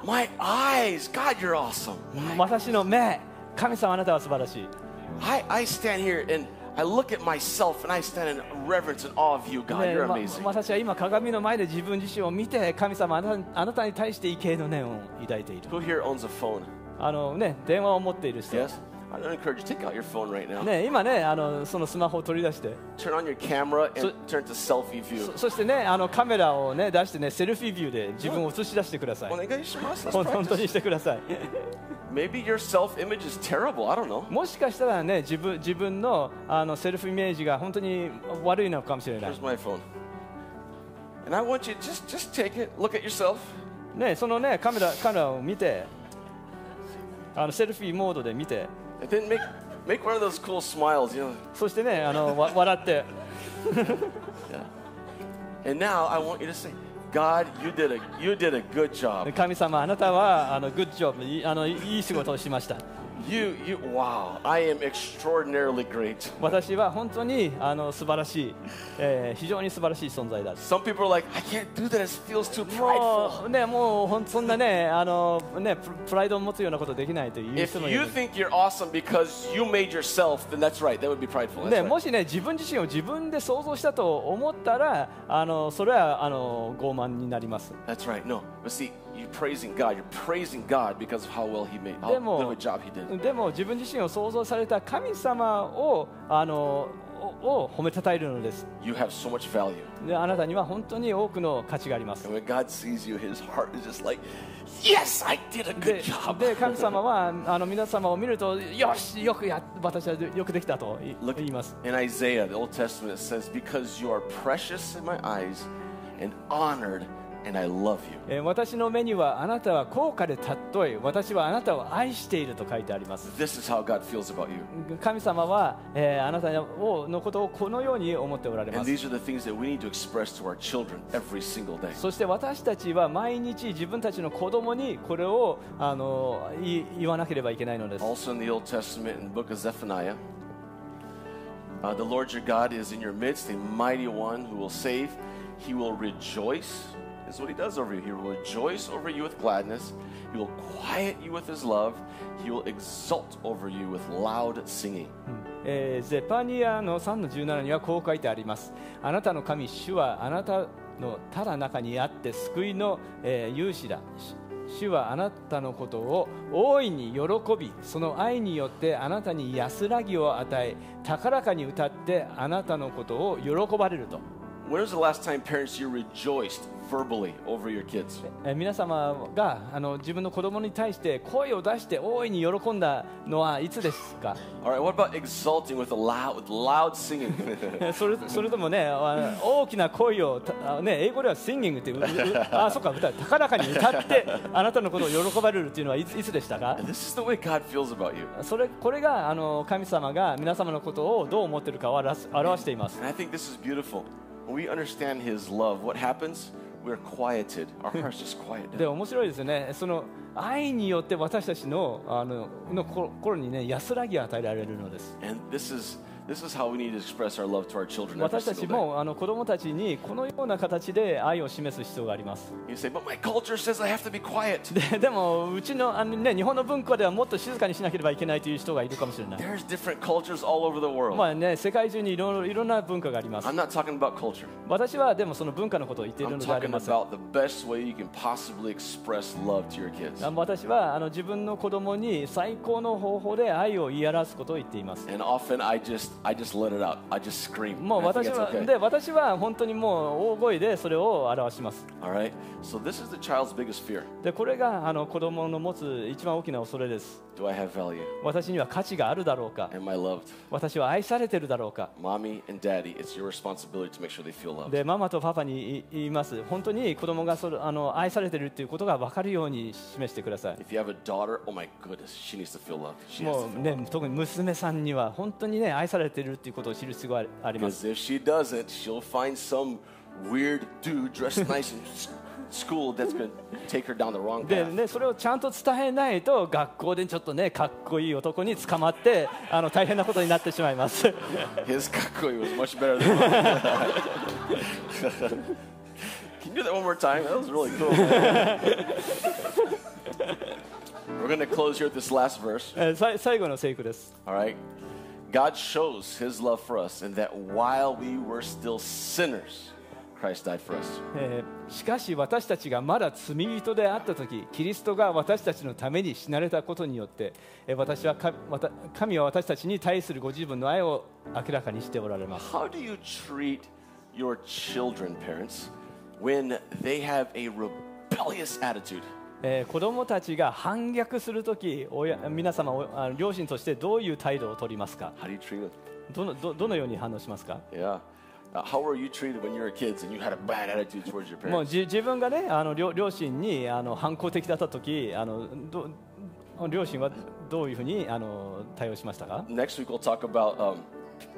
[SPEAKER 1] My eyes. God, you're awesome.
[SPEAKER 2] 私の目神様あなたは素晴らしい。
[SPEAKER 1] I, I stand here and I look at myself and I stand in reverence and awe of you, God.
[SPEAKER 2] ね
[SPEAKER 1] You're
[SPEAKER 2] ま
[SPEAKER 1] amazing.
[SPEAKER 2] 私は今鏡の前で自分自身を見て神様あなたあなたに対して畏敬の念を抱いている。
[SPEAKER 1] Who here owns a phone?
[SPEAKER 2] あのね、電話を持っている人、
[SPEAKER 1] Yes. I would encourage you take out your phone right now.
[SPEAKER 2] ね、今ねあの、そのスマホを取り出して、
[SPEAKER 1] Turn on your camera and
[SPEAKER 2] So-
[SPEAKER 1] turn it to selfie view.
[SPEAKER 2] そそしてねあのカメラを、ね、出してね、セルフィービューで自分を映し出してください。
[SPEAKER 1] お願いします。Let's
[SPEAKER 2] ほん本当
[SPEAKER 1] practice.
[SPEAKER 2] にしてください。
[SPEAKER 1] Maybe your self-image is terrible. I don't know.
[SPEAKER 2] もしかしたらね、自分自分のあのセルフイメージが本当に悪いのかもしれない。
[SPEAKER 1] Here's my phone. And I want you just just take it, look at yourself.
[SPEAKER 2] ね、そのねカメラカメラを見て、あのセルフィーモードで見て
[SPEAKER 1] And then make, make one of those cool smiles, you know.
[SPEAKER 2] そしてねあのわ笑って。
[SPEAKER 1] And now I want you to say, God, you did a, you did a good job.
[SPEAKER 2] 神様あなたはあのグッジョブいいあのいい仕事をしました
[SPEAKER 1] You, you, wow, I am extraordinarily great.
[SPEAKER 2] 私は本当にあの素晴らしい、えー非常に素晴らしい存在だ
[SPEAKER 1] Some people are like, I can't do that. It feels too
[SPEAKER 2] も
[SPEAKER 1] prideful.
[SPEAKER 2] うねもうほんそんなねあのねププライドを持つようなことできないという
[SPEAKER 1] If
[SPEAKER 2] 人もいる
[SPEAKER 1] you think you're awesome because you made yourself, then that's right. That would be prideful.
[SPEAKER 2] ね、
[SPEAKER 1] That's
[SPEAKER 2] も
[SPEAKER 1] right.
[SPEAKER 2] しね自分自身を自分で想像したと思ったらあのそれはあの傲慢になります
[SPEAKER 1] That's right. No, but see, you're praising God. You're praising God because of how well He made, how
[SPEAKER 2] でも
[SPEAKER 1] good of a job He did.
[SPEAKER 2] でも自分自身を想像された神様をあのをを褒めたたえるのです
[SPEAKER 1] You have so much value.
[SPEAKER 2] であなたには本当に多くの価値があります
[SPEAKER 1] And when God sees you, His heart is just like, Yes, I did a good
[SPEAKER 2] で
[SPEAKER 1] job.
[SPEAKER 2] で神様はあの皆様を見るとよしよくや私はよくできたとい
[SPEAKER 1] Look
[SPEAKER 2] 言います
[SPEAKER 1] in Isaiah, the Old Testament, it says, Because you are precious in my eyes and honored, and I love you.
[SPEAKER 2] えー私の目にはあなたは高価で尊い私はあなたを愛していると書いてあります
[SPEAKER 1] This is how God feels about you.
[SPEAKER 2] 神様は、えーあなたをのことをこのように思っておられま
[SPEAKER 1] And these
[SPEAKER 2] す
[SPEAKER 1] are the things that we need to express to our children every single day.
[SPEAKER 2] そして私たちは毎日自分たちの子供にこれをあのい言わなければいけないのです
[SPEAKER 1] Also in the Old Testament, in the book of Zephaniah, uh, the Lord your God is in your midst, a mighty one who will save. He will rejoice, is what he does over you. He will rejoice over you with gladness. He will quiet you with his love. He will exult over you with loud singing.
[SPEAKER 2] えーゼパニアの3の17にはこう書いてありますあなたの神主はあなたのただ中にあって救いの、えー勇士だし主はあなたのことを大いに喜びその愛によってあなたに安らぎを与え高らかに歌ってあなたのことを喜ばれると、
[SPEAKER 1] When was the last time, parents, you rejoiced verbally over your kids?
[SPEAKER 2] えー皆様があの自分の子供に対して声を出して大いに喜んだのはいつですか
[SPEAKER 1] All right, what about exulting with a loud, with loud singing?
[SPEAKER 2] え <laughs> それそれともね、あ大きな恋をた、あね、英語ではシンギングってうう <laughs> あそっか歌う高らかに歌ってあなたのことを喜ばれるっていうのはいついつでしたか
[SPEAKER 1] this is the way God feels about you.
[SPEAKER 2] それこれがあの神様が皆様のことをどう思ってるかを表す表しています
[SPEAKER 1] And I think this is beautiful. When we understand His love, what happens? We're quieted. Our hearts just quiet
[SPEAKER 2] で
[SPEAKER 1] down.
[SPEAKER 2] 面白いですねその愛によって私たちのあののこ心にね安らぎを与えられるのです
[SPEAKER 1] And this is this is how we need to express our love to our children. Every
[SPEAKER 2] 私たち
[SPEAKER 1] single
[SPEAKER 2] もあの子供たちにこのような形で愛を示す必要があります
[SPEAKER 1] day. You say, but my culture says I have to be quiet.
[SPEAKER 2] で <laughs> でもうちのあの、ね、日本の文化ではもっと静かにしなければいけないという人がいるかもしれない
[SPEAKER 1] There's different cultures all over the world.
[SPEAKER 2] まあね、世界中にいろいろいろんな文化があります
[SPEAKER 1] I'm not talking about culture.
[SPEAKER 2] 私はでもその文化のことを言ってい
[SPEAKER 1] I'm
[SPEAKER 2] るのであり
[SPEAKER 1] talking
[SPEAKER 2] ません
[SPEAKER 1] about the best way you can possibly express love to your kids.
[SPEAKER 2] 私はあの自分の子供に最高の方法で愛を言い表すことを言っています
[SPEAKER 1] And often I just I just let it out. I just scream.
[SPEAKER 2] もう
[SPEAKER 1] And I think
[SPEAKER 2] 私
[SPEAKER 1] it's
[SPEAKER 2] は
[SPEAKER 1] okay.
[SPEAKER 2] で私は本当にもう大声でそれを表します
[SPEAKER 1] All right. So this is the child's biggest fear.
[SPEAKER 2] でこれがあの子供の持つ一番大きな恐れです
[SPEAKER 1] Do I have value?
[SPEAKER 2] 私には価値があるだろうか
[SPEAKER 1] Am I loved?
[SPEAKER 2] 私は愛されてるだろうか
[SPEAKER 1] Mommy and daddy, it's your responsibility to make sure they feel loved.
[SPEAKER 2] でママとパパにい言います本当に子供がそれあの愛されてるっていうことが分かるように示してください
[SPEAKER 1] If you have a daughter, oh my goodness, she needs to feel loved. She has
[SPEAKER 2] も
[SPEAKER 1] to
[SPEAKER 2] う
[SPEAKER 1] feel
[SPEAKER 2] ね、特に娘さんには本当にね愛されてるっていうことを知る必要があります。
[SPEAKER 1] Because if she doesn't, she'll find some weird dude dressed nice in s- school that's going to take her down the wrong
[SPEAKER 2] で
[SPEAKER 1] path.
[SPEAKER 2] ね、それをちゃんと伝えないと学校でちょっとねかっこいい男に捕まってあの大変なことになってしまいます。
[SPEAKER 1] His <laughs> kakoi was much better than mine. <laughs> Can you do that one more time? That was really cool. We're going to close here with this last verse.
[SPEAKER 2] えーさい最後の聖句です。
[SPEAKER 1] All right. God shows his love for us in that while we were still sinners, Christ died for us.
[SPEAKER 2] えーしかし私たちがまだ罪人であった時キリストが私たちのために死なれたことによって、えー私はかわた神は私たちに対するご自分の愛を明らかにしておられます。
[SPEAKER 1] How do you treat your children, parents, when they have a rebellious attitude?
[SPEAKER 2] えー子供たちが反逆するとき、親皆様おあの両親としてどういう態度を取りますか
[SPEAKER 1] How do you treat them?
[SPEAKER 2] どのどどのように反応しますか
[SPEAKER 1] Yeah. Uh, how were you treated when you were kids and you had a bad attitude towards your
[SPEAKER 2] もう
[SPEAKER 1] parents?
[SPEAKER 2] じ自分がねあの両両親にあの反抗的だったときあのど両親はどういうふうにあの対応しましたか
[SPEAKER 1] Next week, we'll talk about um,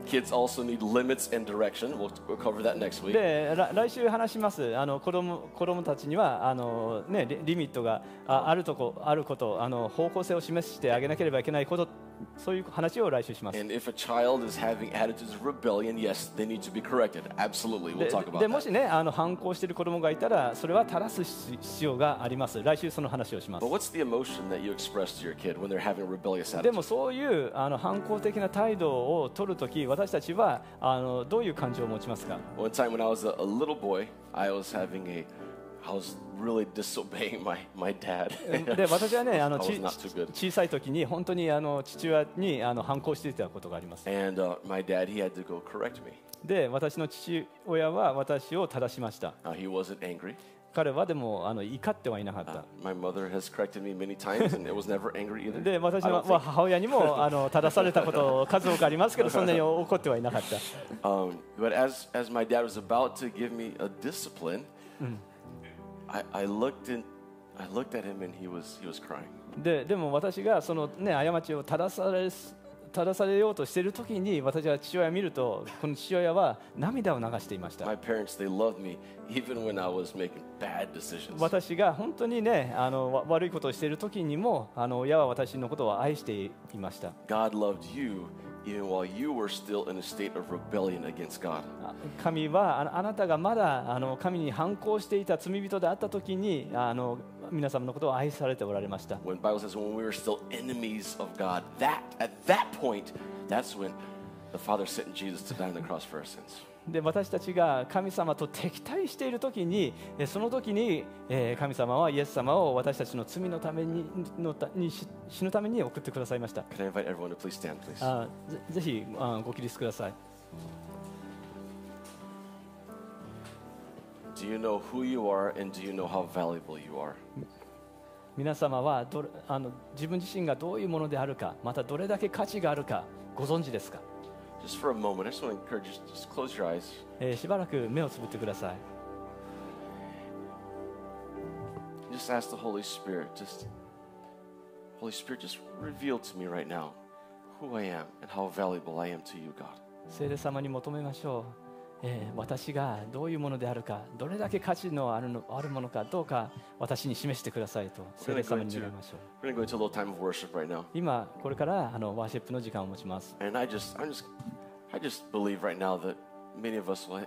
[SPEAKER 1] kids also need limits and direction. We'll, we'll cover that next week.
[SPEAKER 2] でら来週話しますあの子供子供たちにはあの、ね、リリミットがああるとこあることあの方向性を示してあげなければいけないことそういう話を来週します。
[SPEAKER 1] And if a child is having attitudes of rebellion, yes, they need to be corrected. Absolutely. We'll
[SPEAKER 2] で
[SPEAKER 1] talk about
[SPEAKER 2] でも
[SPEAKER 1] that.
[SPEAKER 2] しねあの反抗している子供がいたらそれは正す必要があります来週その話をします
[SPEAKER 1] But what's the emotion that you express to your kid when they're having a rebellious
[SPEAKER 2] で
[SPEAKER 1] attitude?
[SPEAKER 2] もそういうあの反抗的な態度を取るとき私たちはあのどういう感情を持
[SPEAKER 1] <laughs>
[SPEAKER 2] ちますか
[SPEAKER 1] One time when I was a, a little boy, I was having a, I was really <laughs> disobeying my, my dad.
[SPEAKER 2] で私はねあの
[SPEAKER 1] I
[SPEAKER 2] ち
[SPEAKER 1] was not too good.
[SPEAKER 2] 小さい時に本当にあの父親にあの反抗していたことがあります
[SPEAKER 1] <laughs> And uh, my dad, he had to go correct me.
[SPEAKER 2] で私の父親は私を正しました
[SPEAKER 1] Now, he wasn't angry.
[SPEAKER 2] 彼はでもあの怒ってはいなかった
[SPEAKER 1] My mother has corrected me many times, and it was never angry
[SPEAKER 2] <laughs>
[SPEAKER 1] either.
[SPEAKER 2] で
[SPEAKER 1] I
[SPEAKER 2] 私の
[SPEAKER 1] don't
[SPEAKER 2] ま
[SPEAKER 1] think.
[SPEAKER 2] あ母親に <laughs> もあの正されたこと数多くありますけどそんなに怒ってはいなかった
[SPEAKER 1] Um, but as, as my dad was about to give me a discipline, I, I looked in, I looked at him, and he was he was crying.
[SPEAKER 2] ででも私がその、ね、過ちを正されす正されようとしている時に私は父親を見るとこの父親は涙を流していました
[SPEAKER 1] My parents, they loved me even when I was making bad decisions.
[SPEAKER 2] 私が本当にねあのわ悪いことをしている時にもあの親は私のことを愛していました
[SPEAKER 1] God loved you even while you were still in a state of rebellion against God.
[SPEAKER 2] あ神はああなたがまだあの神に反抗していた罪人であった時にあの皆様のことを愛されておられました
[SPEAKER 1] When Bible says when we were still enemies of God, that at that point, that's when the Father sent Jesus to die on the cross for our sins.
[SPEAKER 2] で私たちが神様と敵対している時にえその時にえー神様はイエス様を私たちの罪のためにのたにし死ぬために送ってくださいました
[SPEAKER 1] Can I invite everyone to please stand, please?
[SPEAKER 2] あぜぜひあご起立ください
[SPEAKER 1] do you know who you are and do you know how valuable you are?
[SPEAKER 2] 皆様はどれあの自分自身がどういうものであるかまたどれだけ価値があるかご存知ですか、
[SPEAKER 1] Just for a moment, I just want to encourage you to just close your eyes.
[SPEAKER 2] えーしばらく目をつぶってください
[SPEAKER 1] Just ask the Holy Spirit, just Holy Spirit, just reveal to me right now who I am and how valuable I am to you, God.
[SPEAKER 2] 聖霊様に求めましょう、えー私がどういうものであるかどれだけ価値のあるのあるものかどうか私に示してくださいと聖霊様に願いましょう
[SPEAKER 1] We're gonna go into a little time of worship right now.
[SPEAKER 2] 今これからあのワーシップの時間を持ちます
[SPEAKER 1] And I just, I'm just, I just believe right now that many of us will,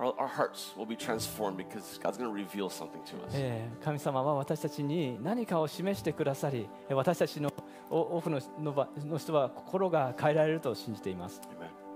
[SPEAKER 1] our, our hearts will be transformed because God's going to reveal something to us.
[SPEAKER 2] えー神様は私たちに何かを示してくださりえー私たちのお多くののばの人は心が変えられると信じています
[SPEAKER 1] Amen.